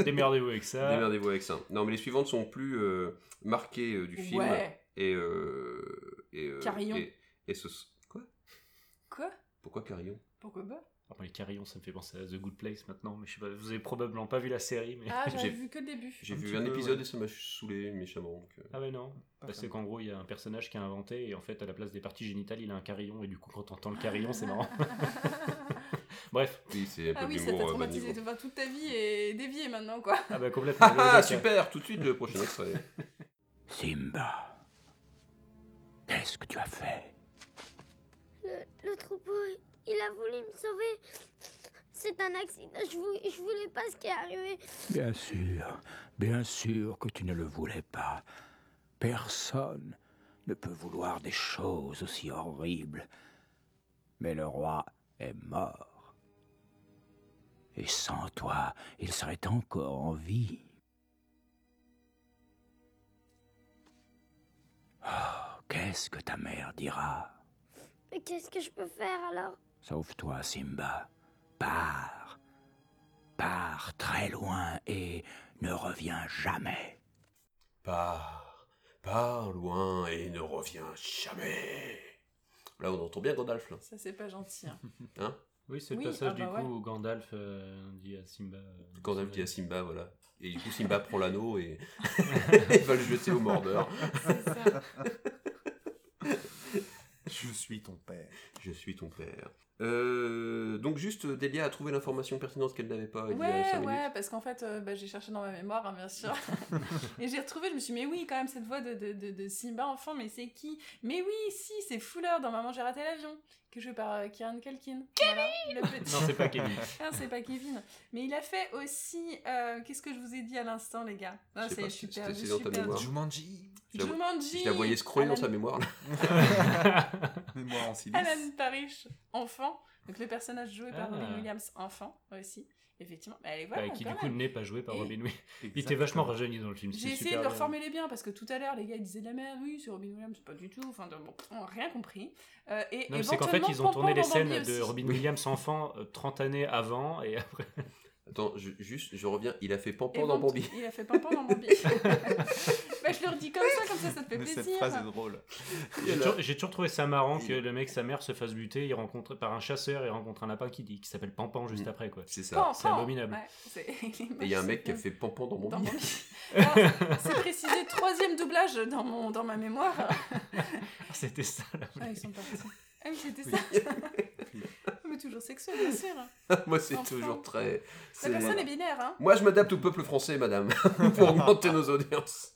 Démerdez-vous avec ça. Démerdez-vous avec ça. Non, mais les suivantes sont plus euh, marquées euh, du film. Ouais. Et. euh, et euh, Carillon. Et, et ce. Quoi Quoi Pourquoi carillon Pourquoi *laughs* pas Alors, les carillons, ça me fait penser à The Good Place maintenant, mais je sais pas, vous avez probablement pas vu la série. Mais... Ah, j'avais vu que le début. J'ai Un vu petit un peu, épisode ouais. et ça m'a saoulé méchamment. donc, euh, Ah, mais non. Pas Bah, c'est ça. qu'en gros, il y a un personnage qui a inventé, et en fait, à la place des parties génitales, il a un carillon, et du coup, quand t'entends le carillon, *laughs* c'est marrant. Bref. Oui, c'est Ah oui, ça euh, t'a traumatisé enfin, toute ta vie et dévié maintenant, quoi. Ah, *laughs* bah, complètement. Ah ah, super Tout de suite, le prochain extrait. Simba, qu'est-ce que tu as fait Le, le troupeau, il a voulu me sauver. C'est un accident. Je, vou- je voulais pas ce qui est arrivé. Bien sûr, bien sûr que tu ne le voulais pas. Personne ne peut vouloir des *laughs* choses aussi horribles. Mais le roi est mort. Et sans toi, il serait encore en vie. Oh, qu'est-ce que ta mère dira Mais qu'est-ce que je peux faire alors Sauve-toi, Simba. Pars. Pars très loin et ne reviens jamais. *laughs* Pars, pars loin et ne reviens jamais. Là, on entend bien Gandalf, là. Ça, c'est pas gentil. hein. Hein Oui, c'est le Oui, passage ah du bah coup ouais. où Gandalf euh, dit à Simba. euh, Gandalf dit à Simba, voilà. Et du coup, Simba prend l'anneau et *laughs* et va le jeter au mordeur. *laughs* Je suis ton père. Je suis ton père. Euh, donc juste, euh, Delia a trouvé l'information pertinente qu'elle n'avait pas il y a Ouais, cinq ouais, minutes. parce qu'en fait, euh, bah, j'ai cherché dans ma mémoire, hein, *laughs* bien sûr. *laughs* et j'ai retrouvé, je me suis dit, mais oui, quand même, cette voix de, de, de, de Simba enfant, mais c'est qui Mais oui, si, c'est Fuller dans Maman, j'ai raté l'avion, que joué par euh, Kieran Culkin. Kevin *laughs* Non, c'est pas *laughs* Kevin. Ah, c'est pas Kevin. Mais il a fait aussi, euh, qu'est-ce que je vous ai dit à l'instant, les gars Non, Je sais c'est pas, je suis c'était- perdue, c'est je dans suis ta perdue. mémoire. Jumanji. Je la- Jumanji Je la voyais scroller dans Alan- sa mémoire. là. *laughs* Bah, Mémoire en silice. Alan Parrish, enfant. Donc le personnage joué par Ah. Robin Williams, enfant aussi. Effectivement. Bah, allez, voilà, Bah, qui pas du coup mal. n'est pas joué par Et- Robin Williams. *laughs* Il était vachement rajeuni dans le film. J'ai c'est essayé super de le bien. reformuler bien parce que tout à l'heure les gars ils disaient de la merde, oui c'est Robin Williams, c'est pas du tout, enfin de- bon, on n'a rien compris. Euh, et Non, mais c'est qu'en fait, éventuellement, ils ont tourné les Pompon dans scènes Bambi de aussi. Robin Williams enfant euh, 30 années avant et après. Attends, je- juste, je reviens. Il a fait Et pampan dans bon, Bambi. Il a fait pimpant dans *laughs* Bambi. bah, je le redis comme ça, comme ça, ça te fait plaisir. drôle. J'ai toujours- J'ai toujours trouvé ça marrant que le mec, sa mère, se fasse buter il rencontre, par un chasseur et rencontre un lapin qui dit qui s'appelle Pampan Mm. juste après. *laughs* quoi. C'est Pan, C'est pan. abominable. Ouais, c'est- *laughs* il est Et il y a un moche, mec qui a ce fait pampan dans Dans Bambi. *laughs* *laughs* Alors, c'est- c'est précisé troisième doublage dans, mon, dans ma mémoire. C'était ça. là. Ah, ils sont partis. Ah oui, c'était ça. Mais toujours sexuel, bien sûr. *laughs* Moi, c'est Enfin. toujours très. c'est- La personne est binaire, hein. Moi, je m'adapte au peuple français, madame, *laughs* pour *laughs* augmenter nos audiences.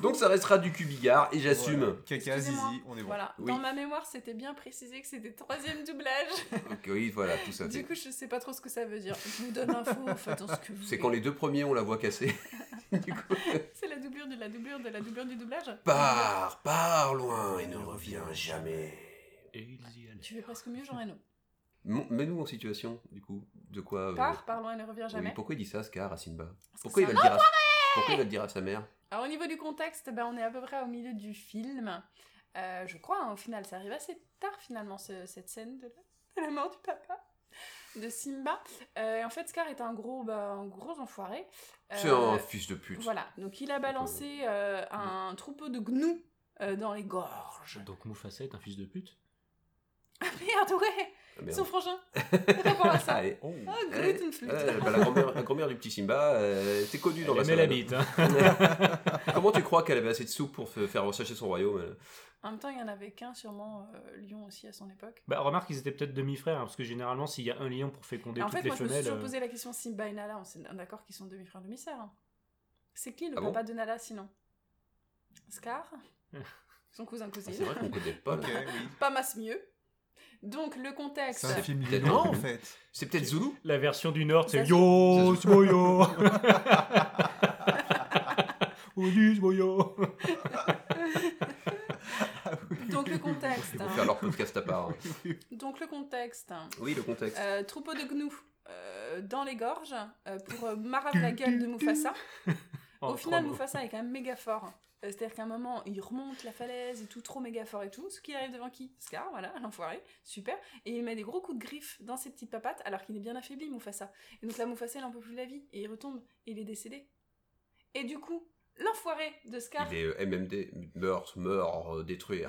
Donc, ça restera du cubigard et j'assume. Voilà. Caca, zizi, on est bon. Voilà. Oui. Dans ma mémoire, c'était bien précisé que c'était troisième doublage. Ok, oui, voilà, *laughs* tout ça. Du coup, je sais pas trop ce que ça veut dire. Je vous donne l'info, faites en ce que vous C'est voulez. quand les deux premiers, on la voit cassée. *laughs* C'est la doublure de la doublure de la doublure du doublage Pars, pars loin et ne reviens jamais. Tu fais presque mieux, Jean Reno. Mon- Mets-nous en situation, du coup, de quoi. euh, Pars, pars loin et ne reviens oui, jamais. pourquoi il dit ça, Scar, à Simba que Pourquoi il, c'est va le un dire à... enfoiré pourquoi il va le dire à sa mère Alors, au niveau du contexte, ben, on est à peu près au milieu du film. Euh, je crois, hein, au final, ça arrive assez tard, finalement, ce- cette scène de la, de la mort du papa de Simba. Euh, et en fait, Scar est un gros, bah, un gros enfoiré. Euh, C'est un fils de pute. Mm. Voilà, donc il a balancé euh, un troupeau de gnous euh, dans les gorges. Donc Mufasa est un fils de pute Ah *laughs* merde, ouais Ah, merde. *laughs* Son frangin Réponds à ça Allez. Ah, Groot, une flûte Euh, bah, la grand-mère la grand-mère du petit Simba, euh, t'es connue dans Elle la aimait la hein. savane. Comment tu crois qu'elle avait assez de soupe pour f- faire sécher son royaume euh? elle En même temps, il y en avait qu'un, sûrement, euh, Lyon aussi, à son époque. *laughs* Bah remarque, ils étaient peut-être demi-frères, hein, parce que généralement, s'il y a un lion pour féconder en toutes fait, les moi, je me suis femelles. toujours euh, posé la question Simba et Nala, on s'est d'accord qu'ils sont demi-frères demi-sœurs. hein. C'est qui le Ah bon papa de Nala sinon *laughs* Scar Son cousin cousine. Ah, c'est vrai qu'on connaît pas, là. Ok, oui. Pas masse mieux. Donc le contexte. Peut-être lillois, Zulu. en fait. C'est peut-être Zulu La version du Nord, c'est Yo, c'est moi, *laughs* yo Odus, moi, yo Donc *laughs* le contexte. Ils vont hein. faire leur podcast à part. hein. Donc le contexte. hein. Oui, le contexte. Euh, troupeau de gnous euh, dans les gorges euh, pour euh, marave la gueule *laughs* de Mufasa. Oh, Au final, trois mots. Mufasa est quand même méga fort. Euh, C'est-à-dire qu'à un moment, il remonte la falaise et tout, trop méga fort et tout. Ce qu'il arrive devant qui Scar, voilà, *laughs* l'enfoiré, super. Et il met des gros coups de griffes dans ses petites papates alors qu'il est bien affaibli, Mufasa. Et donc là, Mufasa, il n'en peut plus la vie et il retombe et il est décédé. Et du coup, l'enfoiré de Scar. Il est euh, MMD, meurt, meurt, euh, détruire.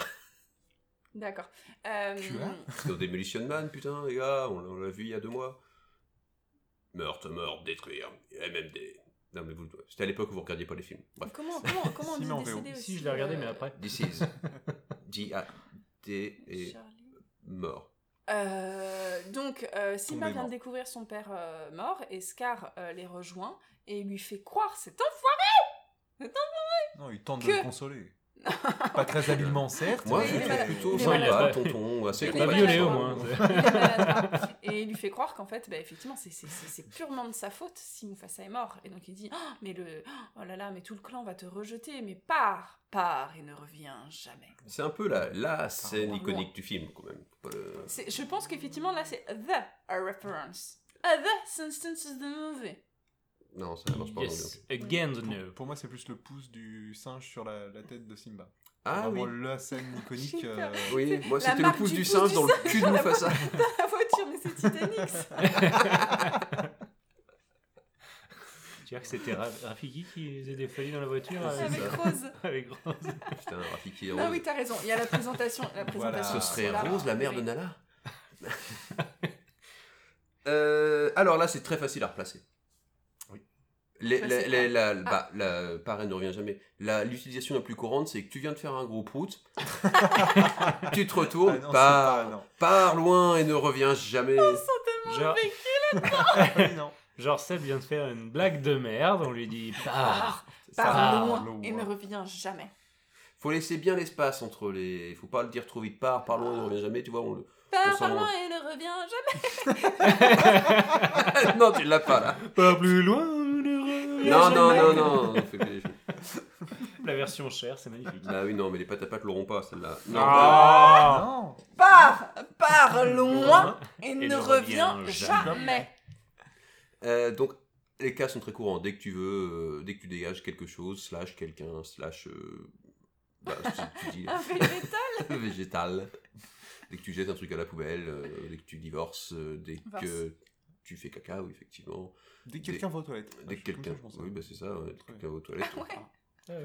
D'accord. Euh, C'est au Demolition Man, putain, les gars, on, l'a- on l'a vu il y a deux mois. Meurtre, meurt, détruire, MMD. Non, mais vous, c'était à l'époque où vous regardiez pas les films. Bref. Comment, comment, comment on dit décédé aussi Si, je l'ai regardé, euh, mais après. Bah, This is. D-A-D et mort. Euh, donc, euh, Tombé Simba vient de mort. découvrir son père euh, mort et Scar euh, les rejoint et lui fait croire cet enfoiré Cet enfoiré Non, il tente de Que- le consoler. *laughs* pas très habilement, certes. Moi, mais- j'étais malade. plutôt Il est sympa, malade. tonton, assez Il est compagnon. malade. Violé, au Il moins. *laughs* est maladroit. et il lui fait croire qu'en fait, bah, effectivement, c'est- c'est c'est- c'est purement de sa faute si Mufasa est mort. Et donc il dit Ah, Mais le. Oh là là, mais tout le clan va te rejeter, mais pars, pars et ne reviens jamais. C'est un peu la, la scène iconique du film, quand même. Euh, Faut pas le- C'est- Je pense qu'effectivement, là, c'est The a reference. A The instance of the movie. Non, ça marche pas en Yes, euh, anglais. again the Pour- no. Pour, moi, c'est plus le pouce du singe sur la, la tête de Simba. Ah Vraiment oui. la scène iconique. J'ai euh, peur. *laughs* Oui, moi, La c'était le marque pouce du du pouce singe du dans le singe cul de dans la vo- Mufasa. dans la voiture, mais c'est Titanic, ça. Tu vois que c'était Ra- Rafiki qui faisait des folies dans la voiture Ouais, c'est avec, ça. Rose. *laughs* Avec Rose. Putain, Rafiki et Ah Rose. oui, t'as raison, il y a la présentation. La présentation Ce serait Voilà. Rose, la mère de Oui. Nala Euh, Alors là, c'est très facile à replacer. Les- Très les- facile, les- ouais. la, Ah. bah, la- pareil, ne revient jamais. La- L'utilisation la, plus courante, c'est que tu viens de faire un gros prout, tu te retournes, Ah non, c'est pars, *laughs* pas, non. pars loin et ne reviens jamais. Genre, Ah genre Seb vient de faire une blague de merde, on lui dit pars, Ah. Pars, pars pars. loin et ne reviens jamais. Faut laisser bien l'espace entre les. Faut pas le dire trop vite, pars, pars loin et ne reviens jamais, tu vois. On le... *laughs* Pars on s'en- loin et ne reviens jamais. non, tu l'as pas là. Pas plus loin, ne Non, reviens non, jamais. non, non, non, fais- fais- La version chère, c'est magnifique. Bah oui, non, mais les pâtes à pâtes l'auront pas, celle-là. Non, bah Ah non. Pars, pars loin et, Et ne ne reviens, reviens jamais. Euh, donc, les cas sont très courants. Dès que tu veux, euh, dès que tu dégages quelque chose, slash quelqu'un, slash. euh, bah, tu- tu dis- Un *laughs* végétal. Végétal. Dès que tu jettes un truc à la poubelle, euh, dès que tu divorces, euh, dès Divorce. que tu fais caca, oui, effectivement. Dès que quelqu'un va aux toilettes. Dès Ouais, que je- comme ça, quelqu'un. je pensais. Oui, bah Ah c'est ça, ouais, dès que quelqu'un va aux toilettes.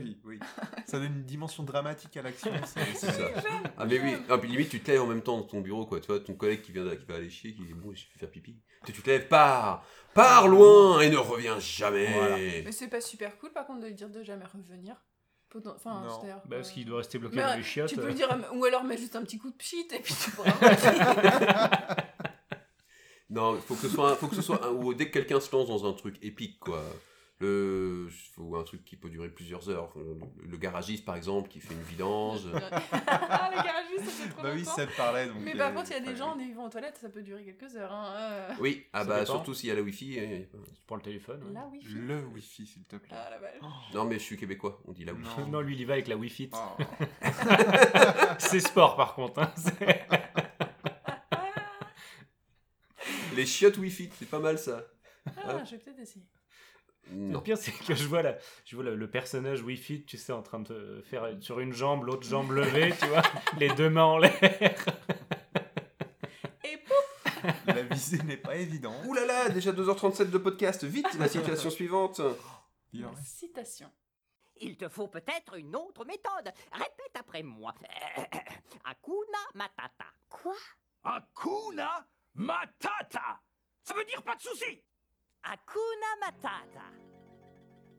Oui, oui. Ça donne une dimension dramatique *laughs* à l'action. c'est- C'est ça. Ah mais oui, ah, puis limite tu te lèves en même temps dans ton bureau quoi, tu vois, ton collègue qui vient de- qui va aller chier, qui dit bon je vais faire pipi. Tu, tu te lèves, pars, pars loin et ne reviens jamais. Voilà. Mais c'est pas super cool par contre de lui dire de jamais revenir. Potent- Enfin, Non. c'est-à-dire, Bah, parce euh, qu'il doit rester bloqué mais, dans euh, les chiottes. Tu peux euh. lui dire, ou alors mets juste un petit coup de pchit et puis tu pourras revenir. Non, faut que ce soit, un- faut que ce soit un- ou dès que quelqu'un se lance dans un truc épique quoi. Le, ou un truc qui peut durer plusieurs heures. Le, le garagiste par exemple qui fait une vidange. Ah, le garagiste, ça fait trop Bah oui, longtemps. Seb parlait, donc, Mais euh, par contre, il y a des fallait- gens, on ils vont aux toilettes, ça peut durer quelques heures. hein, euh. Oui, ah Ça bah dépend. surtout s'il y a la wifi. euh, Tu prends le téléphone. La wifi. Le wifi s'il te plaît. Ah, la vache. Non mais je suis québécois, on dit la wifi. Non. lui, il y va avec la Wi-Fi. Oh, c'est sport, par contre. hein, c'est- Les chiottes wifi, c'est pas mal ça. Ah, je vais peut-être essayer. Le pire, c'est que je vois, la, je vois le, le personnage Wi-Fi, tu sais, en train de euh, faire euh, sur une jambe, l'autre jambe levée, tu vois, *laughs* les deux mains en l'air. Et pouf La visée n'est pas évidente. Ouh là là, déjà 2h37 de podcast, vite la situation suivante. Citation. Il te faut peut-être une autre méthode. Répète après moi. *coughs* Akuna matata. Quoi Akuna matata Ça veut dire pas de soucis Akuna matata.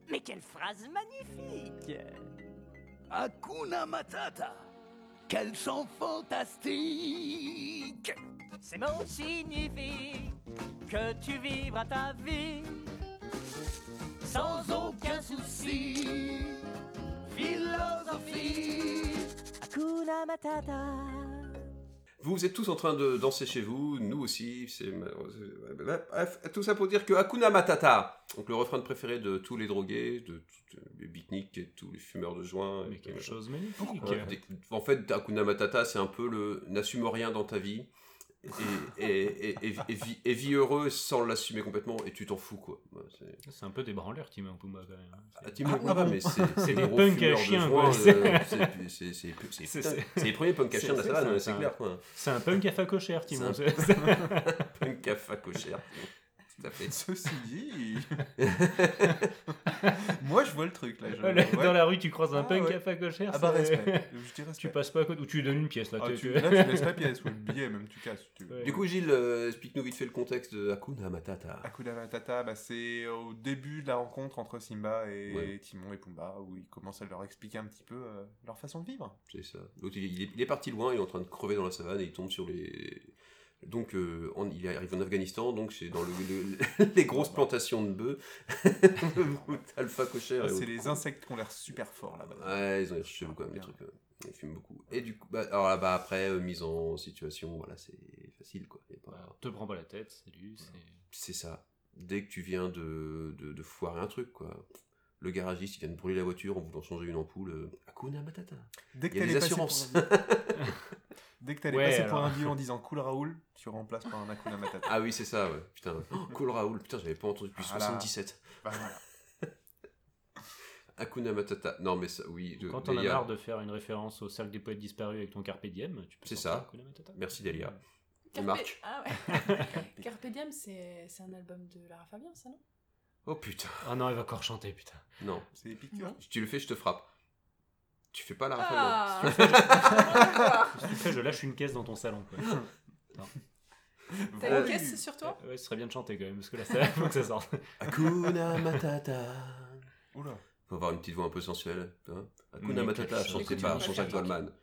Mais quelle phrase magnifique Akuna matata Quel chant fantastique Ces mots signifient que tu vivras ta vie sans aucun souci. Philosophie Akuna matata Vous êtes tous en train de danser chez vous, nous aussi. c'est- Bref, Tout ça pour dire que Hakuna Matata, donc le refrain de préféré de tous les drogués, de tous les beatniks et tous les fumeurs de joint. Mais quelque chose de magnifique. en fait, Hakuna Matata, c'est un peu le n'assume rien dans ta vie. Et, et, et, et- et vis, et vis heureux sans l'assumer complètement et tu t'en fous quoi. Ouais, c'est- C'est un peu des branleurs, Timon et Pumba, quand même. hein. Ah, Timon et Ah, Pumba, bon mais c'est- C'est les des gros punks fumeurs à de chiens, joint, quoi. euh, c'est- c'est- c'est- c'est- putain, c'est les premiers punks à c'est- chiens de la c'est- savane, c'est un- c'est clair, quoi. C'est un punk à facochère, C'est Timon. un- c'est- *laughs* punk à facochère. Tout à fait. Ceci *laughs* dit. Moi, je vois le truc, là. je- Voilà, ouais. Dans la rue, tu croises un Ah, punk ouais. à facochère. Ah bah, c'est- respect. Je dis respect. *laughs* Tu passes pas à côté ou tu lui donnes une pièce là. Ah, t'es- tu, *laughs* là, tu laisses la pièce, ou le billet, même, tu casses. Tu... Ouais. Du coup, Gilles, euh, explique-nous vite fait le contexte de Hakuna Matata. Hakuna Matata, bah, c'est au début de la rencontre entre Simba et Ouais. Timon et Pumba, où il commence à leur expliquer un petit peu euh, leur façon de vivre. C'est ça. L'autre, il, il est, il est parti loin, il est en train de crever dans la savane et il tombe sur les. Donc, euh, en- il arrive en Afghanistan, donc c'est dans le- le- les grosses plantations de bœufs. *laughs* Alpha cochère. Ah, c'est les insectes qui ont l'air super forts là-bas. Ouais, ils ont l'air chelous quand même, les trucs. euh, Ils fument beaucoup. Et du coup, bah, alors là-bas, après, euh, mise en situation, voilà, c'est facile quoi. Y a pas- Te prends pas la tête, salut. c'est- C'est ça. Dès que tu viens de, de, de foirer un truc, quoi. Le garagiste, il vient de brûler la voiture en voulant changer une ampoule. euh, Hakuna Matata. Dès que il y a t'allais des passer pour assurances. un- *laughs* Dès que t'allais Ouais, passer pour alors. un vieux en disant Cool Raoul, tu remplaces par un Hakuna Matata. *laughs* ah oui, c'est ça, ouais. Putain. *laughs* Oh, cool Raoul. Putain, j'avais pas entendu Ah depuis Voilà. 77. Bah, voilà. Hakuna Matata. Non, mais ça, oui. de- Quand mais t'en as il y a- marre de faire une référence au cercle des poètes disparus avec ton Carpe Diem, tu peux C'est sortir ça. Hakuna Matata. Merci, Delia. Et Carpe... Marc. Ah ouais. Carpe Diem, c'est c'est un album de Lara Fabian, ça, non Oh putain. Ah non, elle va encore chanter, putain. *laughs* Non. C'est épique, tu vois. Si tu le fais, je te frappe. Tu fais pas la Ah. rafale. hein. Si tu le fais, je lâche une caisse dans ton salon. *laughs* quoi. Non. *laughs* T'as une caisse sur toi Ouais, ce serait bien de chanter quand même, parce que là, ça *laughs* faut que ça sorte. Hakuna Matata. Oula. Faut avoir une petite voix un peu sensuelle. tu vois. Hakuna Mais Matata, quelque chose. chantez par Mmh. Écoute, Jean-Jacques Jean-Jacques. Goldman.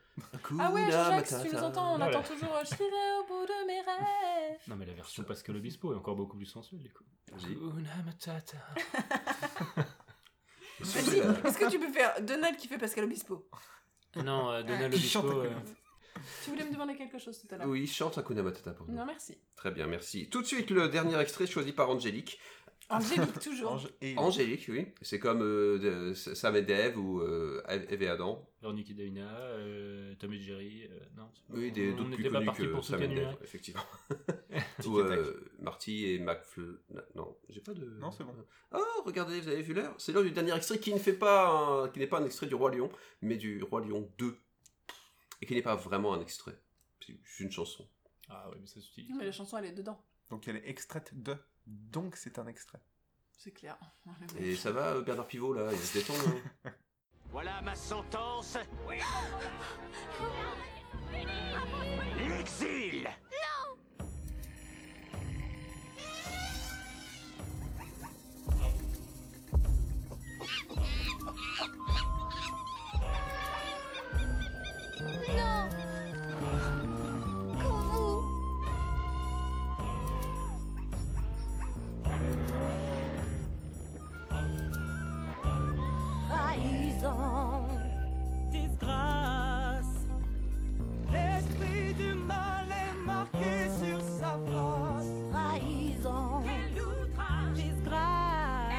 Ah ouais, Jean-Jacques, si Matata. tu nous entends, on Voilà. attend toujours euh, « Je serai au bout de mes rêves Non, mais la version Pascal Obispo est encore beaucoup plus sensuelle, du coup. Ah, Vas-y. Hakuna Matata. Vas-y, est-ce que tu peux faire Donald qui fait Pascal Obispo Non, euh, Donald Ah, Qui chante Obispo. Hakuna euh, Tu voulais me demander quelque chose tout à l'heure Oui, chante Hakuna Matata pour nous. Non, merci. Très bien, merci. Tout de suite, le dernier extrait choisi par Angélique. Angélique, toujours. Angélique, oui. C'est comme euh, de- Sam et Dave ou euh, Eve et Adam. Véronique et Davina, euh, Tom et Jerry, euh, non. c'est pas- Oui, des, on d'autres plus n'était pas connus parti que pour Sam Soudan et Dave, Nuit. *laughs* effectivement. ou euh, Marty et McFly. Non, j'ai pas de. Non, c'est bon. Oh, regardez, vous avez vu l'heure C'est l'heure du dernier extrait qui ne fait pas un- qui n'est pas un extrait du Roi Lion, mais du Roi Lion 2. Et qui n'est pas vraiment un extrait. C'est une chanson. Ah ouais, mais ça se dit. Mais la chanson, elle est dedans. Donc elle est extraite de. Donc c'est un extrait. C'est clair. Et ça va, euh, Bernard Pivot, là Il se détend hein Voilà ma sentence. L'exil Non Pour vous Trahison, disgrâce. L'esprit du mal est marqué sur sa face. Trahison, quel outrage, disgrâce.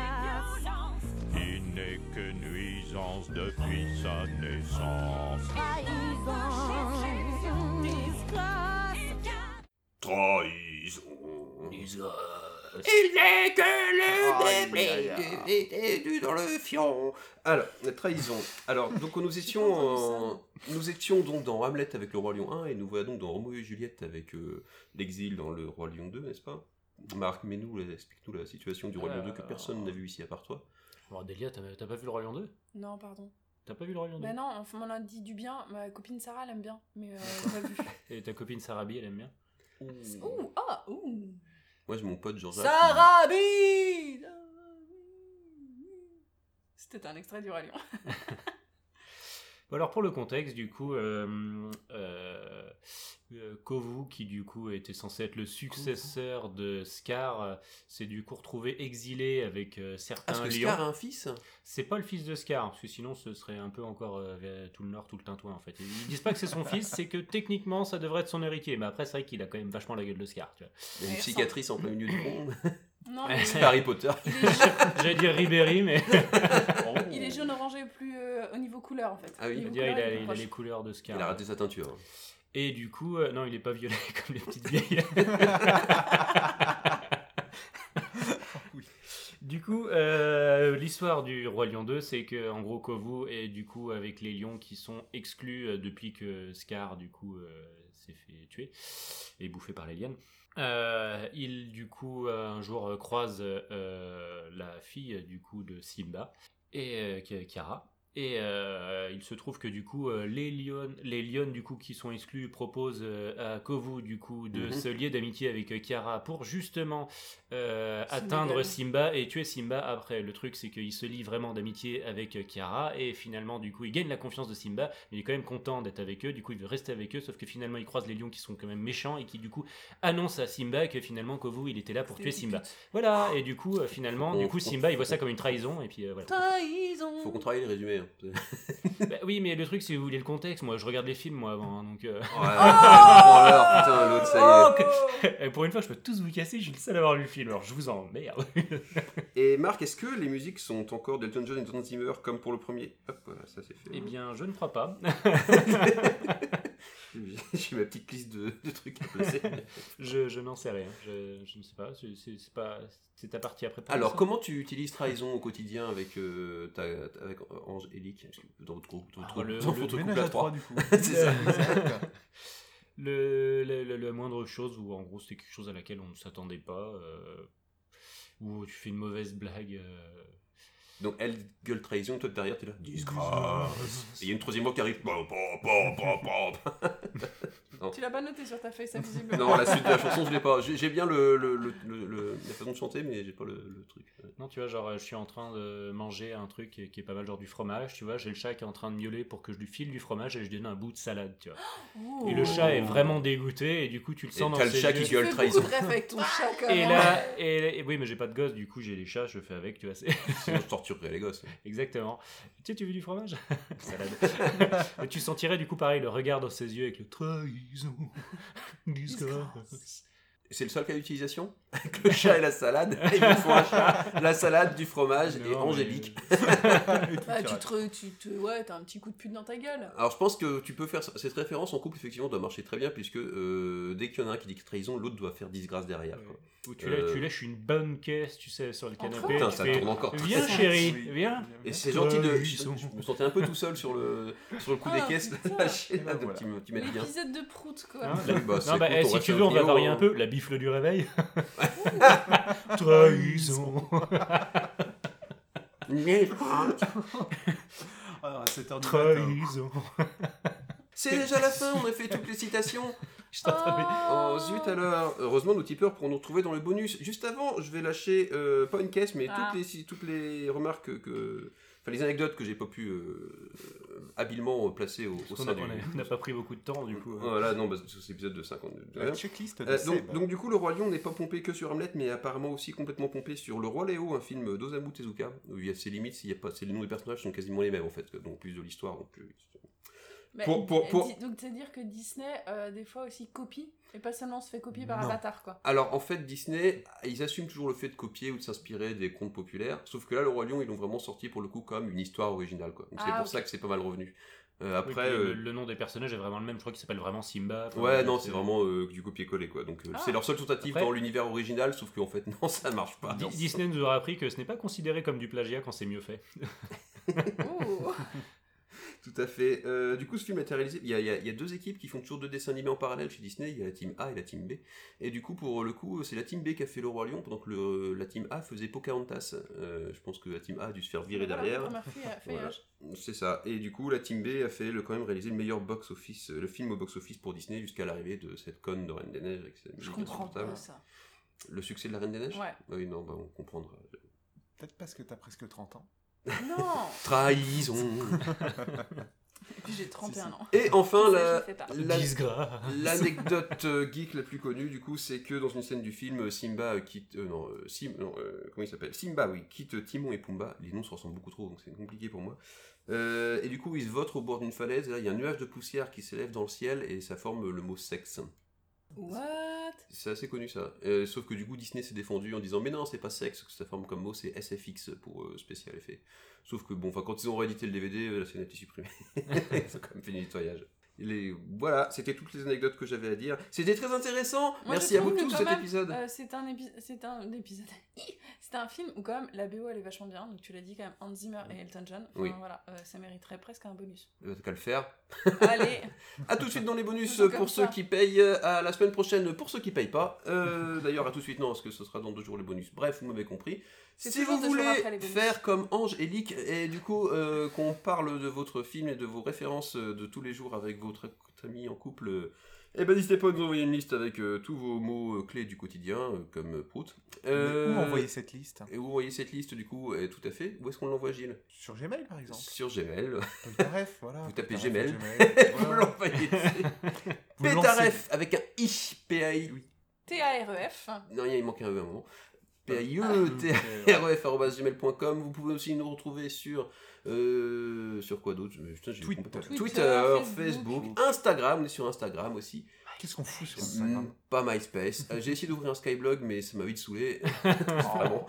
Il n'est que nuisance depuis sa naissance. Trahison, disgrâce. Trahison. Il n'est que Mhm. le Aïe, aïe, bébé aïe. du dans le fion. Alors, la trahison. Alors, donc nous étions, en- nous étions donc dans Hamlet avec le Roi Lion 1 et nous voilà donc dans Roméo et Juliette avec euh, l'exil dans le Roi Lion 2, n'est-ce pas Marc, mets-nous, la- explique-nous la situation du Roi Lion 2 que Alors. personne n'a vu ici à part toi. Bon, Delia, t'as t'as pas vu le Royaume 2 Non, pardon. T'as pas vu le Royaume 2 Ben. Bah non, enfin, on m'en a dit du bien. Ma copine Sarah l'aime bien, mais euh, j'ai pas vu. Et ta copine Sarabi, elle aime bien Ouh, ah, ouh. Moi, j'ai mon pote Jean-Jacques. Sarabine C'était un extrait du hein. Roi Lion. Bon, Alors pour le contexte, du coup, euh, euh, euh, Kovu, qui du coup était censé être le successeur de Scar, euh, s'est du coup retrouvé exilé avec euh, certains Ah, parce que lions. Scar a un fils C'est pas le fils de Scar, parce que sinon ce serait un peu encore euh, vers tout le nord, tout le tintouin en fait. Ils disent pas que c'est son fils, c'est que techniquement ça devrait être son héritier, mais après c'est vrai qu'il a quand même vachement la gueule de Scar. Tu vois. Il y a une cicatrice en plein milieu du front. Non, mais- C'est *laughs* Harry Potter. Il *laughs* est- J'allais dire Ribéry, *laughs* mais. *laughs* Il est jaune-orangé plus euh, au niveau couleur en fait. Ah oui, Niveau il, a, couleur, il a- est plus il a proche. les couleurs de Scar. euh. Il a raté sa teinture. Et du coup, euh, non, il est pas violet *laughs* comme les petites vieilles. Du coup, euh, l'histoire du roi lion 2, c'est que en gros Kovu est du coup avec les lions qui sont exclus euh, depuis que Scar du coup euh, s'est fait tuer et bouffé par les lions. Euh, il du coup un jour euh, croise euh, la fille du coup de Simba et euh, Ki- Kiara. Et euh, il se trouve que du coup euh, les lions, les lions du coup qui sont exclus proposent euh, à Kovu du coup de Mhm. se lier d'amitié avec euh, Kiara pour justement euh, Simba. atteindre Simba et tuer Simba après. Le truc, c'est qu'il se lie vraiment d'amitié avec euh, Kiara et finalement, du coup, il gagne la confiance de Simba. mais Il est quand même content d'être avec eux, du coup, il veut rester avec eux. Sauf que finalement, il croise les lions qui sont quand même méchants et qui, du coup, annoncent à Simba que finalement, Kovu, il était là pour C'était tuer des Simba. Voilà, et du coup, euh, finalement, Oh, du coup, Simba, il voit ça comme une trahison et *laughs* puis euh, voilà. Trahison Faut qu'on travaille les résumés. hein. Bah oui, mais le truc, c'est que vous voulez le contexte. Moi, je regarde les films, moi, avant. hein, donc, euh... Oh Ah Oh l'autre, ça y est. euh, *laughs* Pour une fois, je peux tous vous casser. Je suis le seul à avoir lu le film, alors je vous emmerde. *laughs* Et Marc, est-ce que les musiques sont encore d'Elton John et d'Anton Zimmer comme pour le premier Hop, voilà, ça c'est fait. *laughs* eh bien, je ne crois pas. *laughs* J'ai ma petite liste de, de trucs à placer. je je n'en sais rien. Je, je ne sais pas. C'est- C'est c'est pas. C'est ta partie après. *laughs* Alors, *laughs* comment *laughs* tu utilises trahison au quotidien avec, euh, ta- ta- avec Angélique Parce que Dans votre groupe, dans Ah, votre, le- dans le votre ménage couple à à trois. trois, *laughs* du coup. c'est ça, exact. *laughs* le, le- le- la moindre chose où en gros c'était quelque chose à laquelle on ne s'attendait pas euh, ou tu fais une mauvaise blague euh, Donc, elle gueule trahison, toi derrière, t'es là. *laughs* Disgrâce Et il y a une troisième voix qui arrive. Bah, Pom, pom, pom, pom, pom. Non. Oh. Tu l'as pas noté sur ta feuille, ça visiblement. *laughs* Non, la suite de la chanson, je l'ai pas. J'ai j'ai bien le, le- le- le- le- la façon de chanter, mais j'ai pas le, le truc. non tu vois genre euh, je suis en train de manger un truc qui est- qui est pas mal genre du fromage tu vois j'ai le chat qui est en train de miauler pour que je lui file du fromage et je lui donne un bout de salade tu vois Oh. et le chat est vraiment dégoûté et du coup tu le Et sens dans t'as le ses chat qui yeux. gueule Tu fais beaucoup de trahison. rêves avec ton chat, quand et même. là et, et oui mais j'ai pas de gosse du coup j'ai les chats je fais avec tu vois c'est- *laughs* Sinon, je torturerais les gosses. Exactement. Tu sais, tu veux du fromage *laughs* Salade. Mais tu sentirais du coup pareil le regard dans ses yeux avec le trahison. disgrâce. C'est le seul cas d'utilisation *laughs* Avec le chat et la *laughs* salade. Et ils font un chat, la salade, du fromage et *laughs* Angélique. Bah, tu te, tu te, ouais, t'as un petit coup de pute dans ta gueule. Alors je pense que tu peux faire cette référence en couple effectivement doit marcher très bien puisque euh, dès qu'il y en a un qui dit trahison, l'autre doit faire disgrâce derrière. quoi. Ou tu, lâ- Euh, tu lâches une bonne caisse, tu sais, sur le canapé. Putain, tu ça fais, tourne encore. très Viens, fort. chérie, Oui. viens. Et c'est gentil de. Je, je me sentais un peu tout seul sur le, sur le coup des Ah, caisses putain. lâché là, donc tu me- tu m'as dit bien. L'épisode de Prout, quoi. Là, bah, c'est ben non, bah, cool, eh, t'aurais si fait tu un veux, on va vidéo, varier hein. un peu. La gifle *laughs* du réveil. Trahison. Ah, à 7 heures du Trahison. C'est déjà la fin, on a fait toutes les citations. Oh. Oh zut alors Heureusement nos tipeurs pourront nous retrouver dans le bonus. Juste avant, je vais lâcher, euh, pas une caisse, mais Ah. toutes, les, toutes les remarques que- que... Enfin les anecdotes que j'ai pas pu euh, habilement placer au, au On sein a- du... on a- on n'a pas pris beaucoup de temps du coup. euh. Voilà, non, bah, c'est c'est l'épisode de 52. La checklist de Euh, donc, Seb. donc du coup, Le Roi Lion n'est pas pompé que sur Hamlet, mais apparemment aussi complètement pompé sur Le Roi Léo, un film d'Osamu Tezuka. où Il y a ses limites, s'il y a pas, c'est le nom des personnages sont quasiment les mêmes en fait, donc plus de l'histoire, donc euh, plus... Bah, Pour- pour- pour- dis- Donc, c'est-à-dire que Disney, euh, des fois aussi, copie, et pas seulement se fait copier par Non. *laughs* Avatar, quoi. Alors en fait, Disney, ils assument toujours le fait de copier ou de s'inspirer des contes populaires, sauf que là, Le Roi Lion, ils l'ont vraiment sorti pour le coup comme une histoire originale, quoi. Donc c'est Ah, pour ok. ça que c'est pas mal revenu. Euh, Oui, après... puis le, euh, le nom des personnages est vraiment le même. Je crois qu'il s'appelle vraiment Simba. Enfin, Ouais, non, c'est vraiment euh, du copier-coller, quoi. Donc, euh, Ah. c'est leur seule tentative Après- dans l'univers original, sauf qu'en fait, *laughs* non, ça marche pas. Di- Non. Disney nous aura appris que ce n'est pas considéré comme du plagiat quand c'est mieux fait. Tout à fait. Euh, du coup, ce film a été réalisé. Il y a, il y a- il y a deux équipes qui font toujours deux dessins animés en parallèle chez Disney. Il y a la team A et la team B. Et du coup, pour le coup, c'est la team B qui a fait Le Roi Lion, pendant que le- la team A faisait Pocahontas. Euh, je pense que la team A a dû se faire virer Voilà, derrière. première fille- euh, feuillage. C'est ça. Et du coup, la team B a fait le, quand même réaliser le meilleur box-office, euh, le film au box-office pour Disney jusqu'à l'arrivée de cette conne de Reine des Neiges. avec ses musiques comprends pas insupportables. ça. Le succès de la Reine des Neiges Ouais. Oui, non, bah, on comprendra. Peut-être parce que t'as presque 30 ans. Non Trahison *laughs* Et *laughs* puis j'ai 31 ans. Et enfin, Ça, la- je fais pas. la- *laughs* l'anecdote euh, geek la plus connue, du coup, c'est que dans une scène du film, Simba euh, quitte. euh, non, euh, Sim- non, euh, comment il s'appelle Simba, oui, quitte Timon et Pumba. Les noms se ressemblent beaucoup trop, donc c'est compliqué pour moi. Euh, et du coup, ils se votent au bord d'une falaise, et là, il y a un nuage de poussière qui s'élève dans le ciel, et ça forme le mot sexe. What C'est assez connu ça. Euh, sauf que du coup Disney s'est défendu en disant mais non c'est pas sexe, que ça forme comme mot c'est SFX pour euh, spécial effet. Sauf que bon, enfin quand ils ont réédité le DVD, euh, la scène a été *laughs* supprimée. ils ont quand même fait du nettoyage. Les... Voilà, c'était toutes les anecdotes que j'avais à dire. C'était très intéressant. Moi, Merci je à vous trouve que tous quand cet même, épisode. euh, c'est un épisode, c'est un épisode. *laughs* Hi c'est un film où quand même la BO elle est vachement bien. Donc tu l'as dit quand même Hans Zimmer et Elton John. Enfin, Oui. Voilà, euh, ça mériterait presque un bonus. Euh, T'as qu'à le faire. Allez. à tout de suite dans les bonus Toujours comme pour ceux ça. qui payent. euh, À la semaine prochaine pour ceux qui payent pas. Euh, D'ailleurs à tout de suite non parce que ce sera dans deux jours les bonus. Bref vous m'avez compris. C'est Si toujours vous deux jours voulez après les bonus. faire comme Ange et Lick et du coup euh, qu'on parle de votre film et de vos références euh, de tous les jours avec votre ami en couple. euh, eh ben n'hésitez pas à nous envoyer une liste avec euh, tous vos mots euh, clés du quotidien euh, comme euh, prout. Mais où envoyer cette liste Et où envoyer cette liste du coup euh, tout à fait. Où est-ce qu'on l'envoie Gilles Sur Gmail, par exemple. Sur Gmail. Pétaref, voilà. Vous tapez Pétaref, Gmail. Gmail. *laughs* Vous Voilà. *laughs* l'envoyez. Vous lancez. Pétaref avec un I. P-A-I. T-A-R-E-F. Non, il manquait un E à un moment. E Euh, P-A-I-E-T-R-E-F.gmail.com. Vous pouvez aussi nous retrouver sur. euh, sur quoi d'autre Mais putain, j'ai Twitter. complètement- Twitter, Twitter, Facebook. Facebook, Instagram. On est sur Instagram aussi. Qu'est-ce qu'on fout sur Instagram *laughs* Mm, Pas MySpace. Euh, j'ai essayé d'ouvrir un Skyblog, mais ça m'a vite saoulé. Vraiment.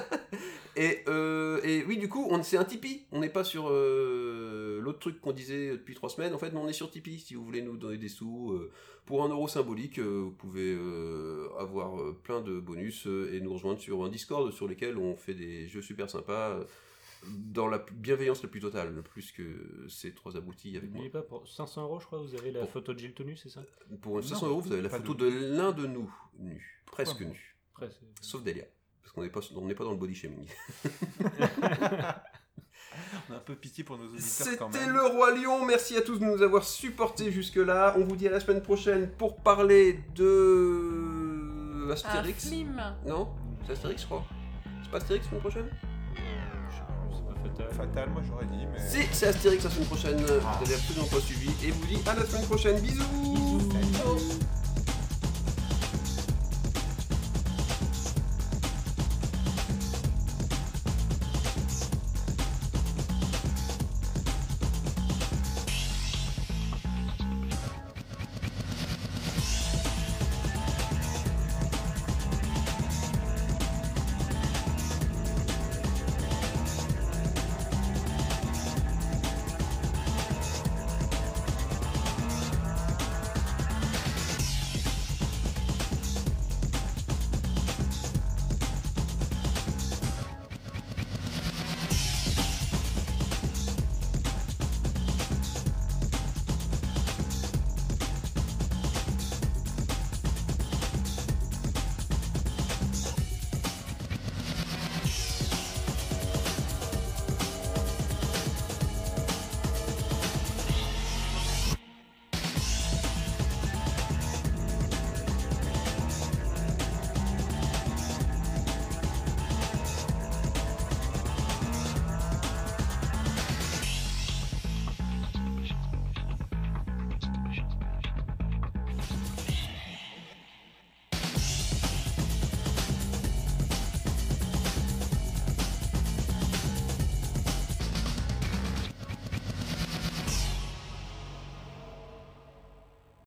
*laughs* et, euh, et oui, du coup, on c'est un Tipeee. On n'est pas sur euh, l'autre truc qu'on disait depuis trois semaines. En fait, non, on est sur Tipeee. Si vous voulez nous donner des sous euh, pour un euro symbolique, euh, vous pouvez euh, avoir euh, plein de bonus euh, et nous rejoindre sur un Discord sur lequel on fait des jeux super sympas. euh, Dans la bienveillance la plus totale, plus que ces trois aboutis avec moi. N'oubliez pas, pour 500 euros, je crois, vous avez la photo de Gilles Tenu, c'est ça Pour 500 euros, vous avez la pas photo de- de l'un de nous, nu, presque moi nu. Presque. Sauf Delia. Parce qu'on n'est pas, on n'est pas dans le body shaming. On a un peu pitié pour nos auditeurs quand C'était même. le Roi Lion. Merci à tous de nous avoir supportés jusque-là. On vous dit à la semaine prochaine pour parler de. Astérix. Un film. Non C'est Astérix, je crois. C'est pas Astérix la semaine prochaine Fatal, moi j'aurais dit, mais. Si, c'est Astérix la semaine prochaine. Vous avez absolument pas suivi. Et on vous dit à la semaine prochaine. Bisous.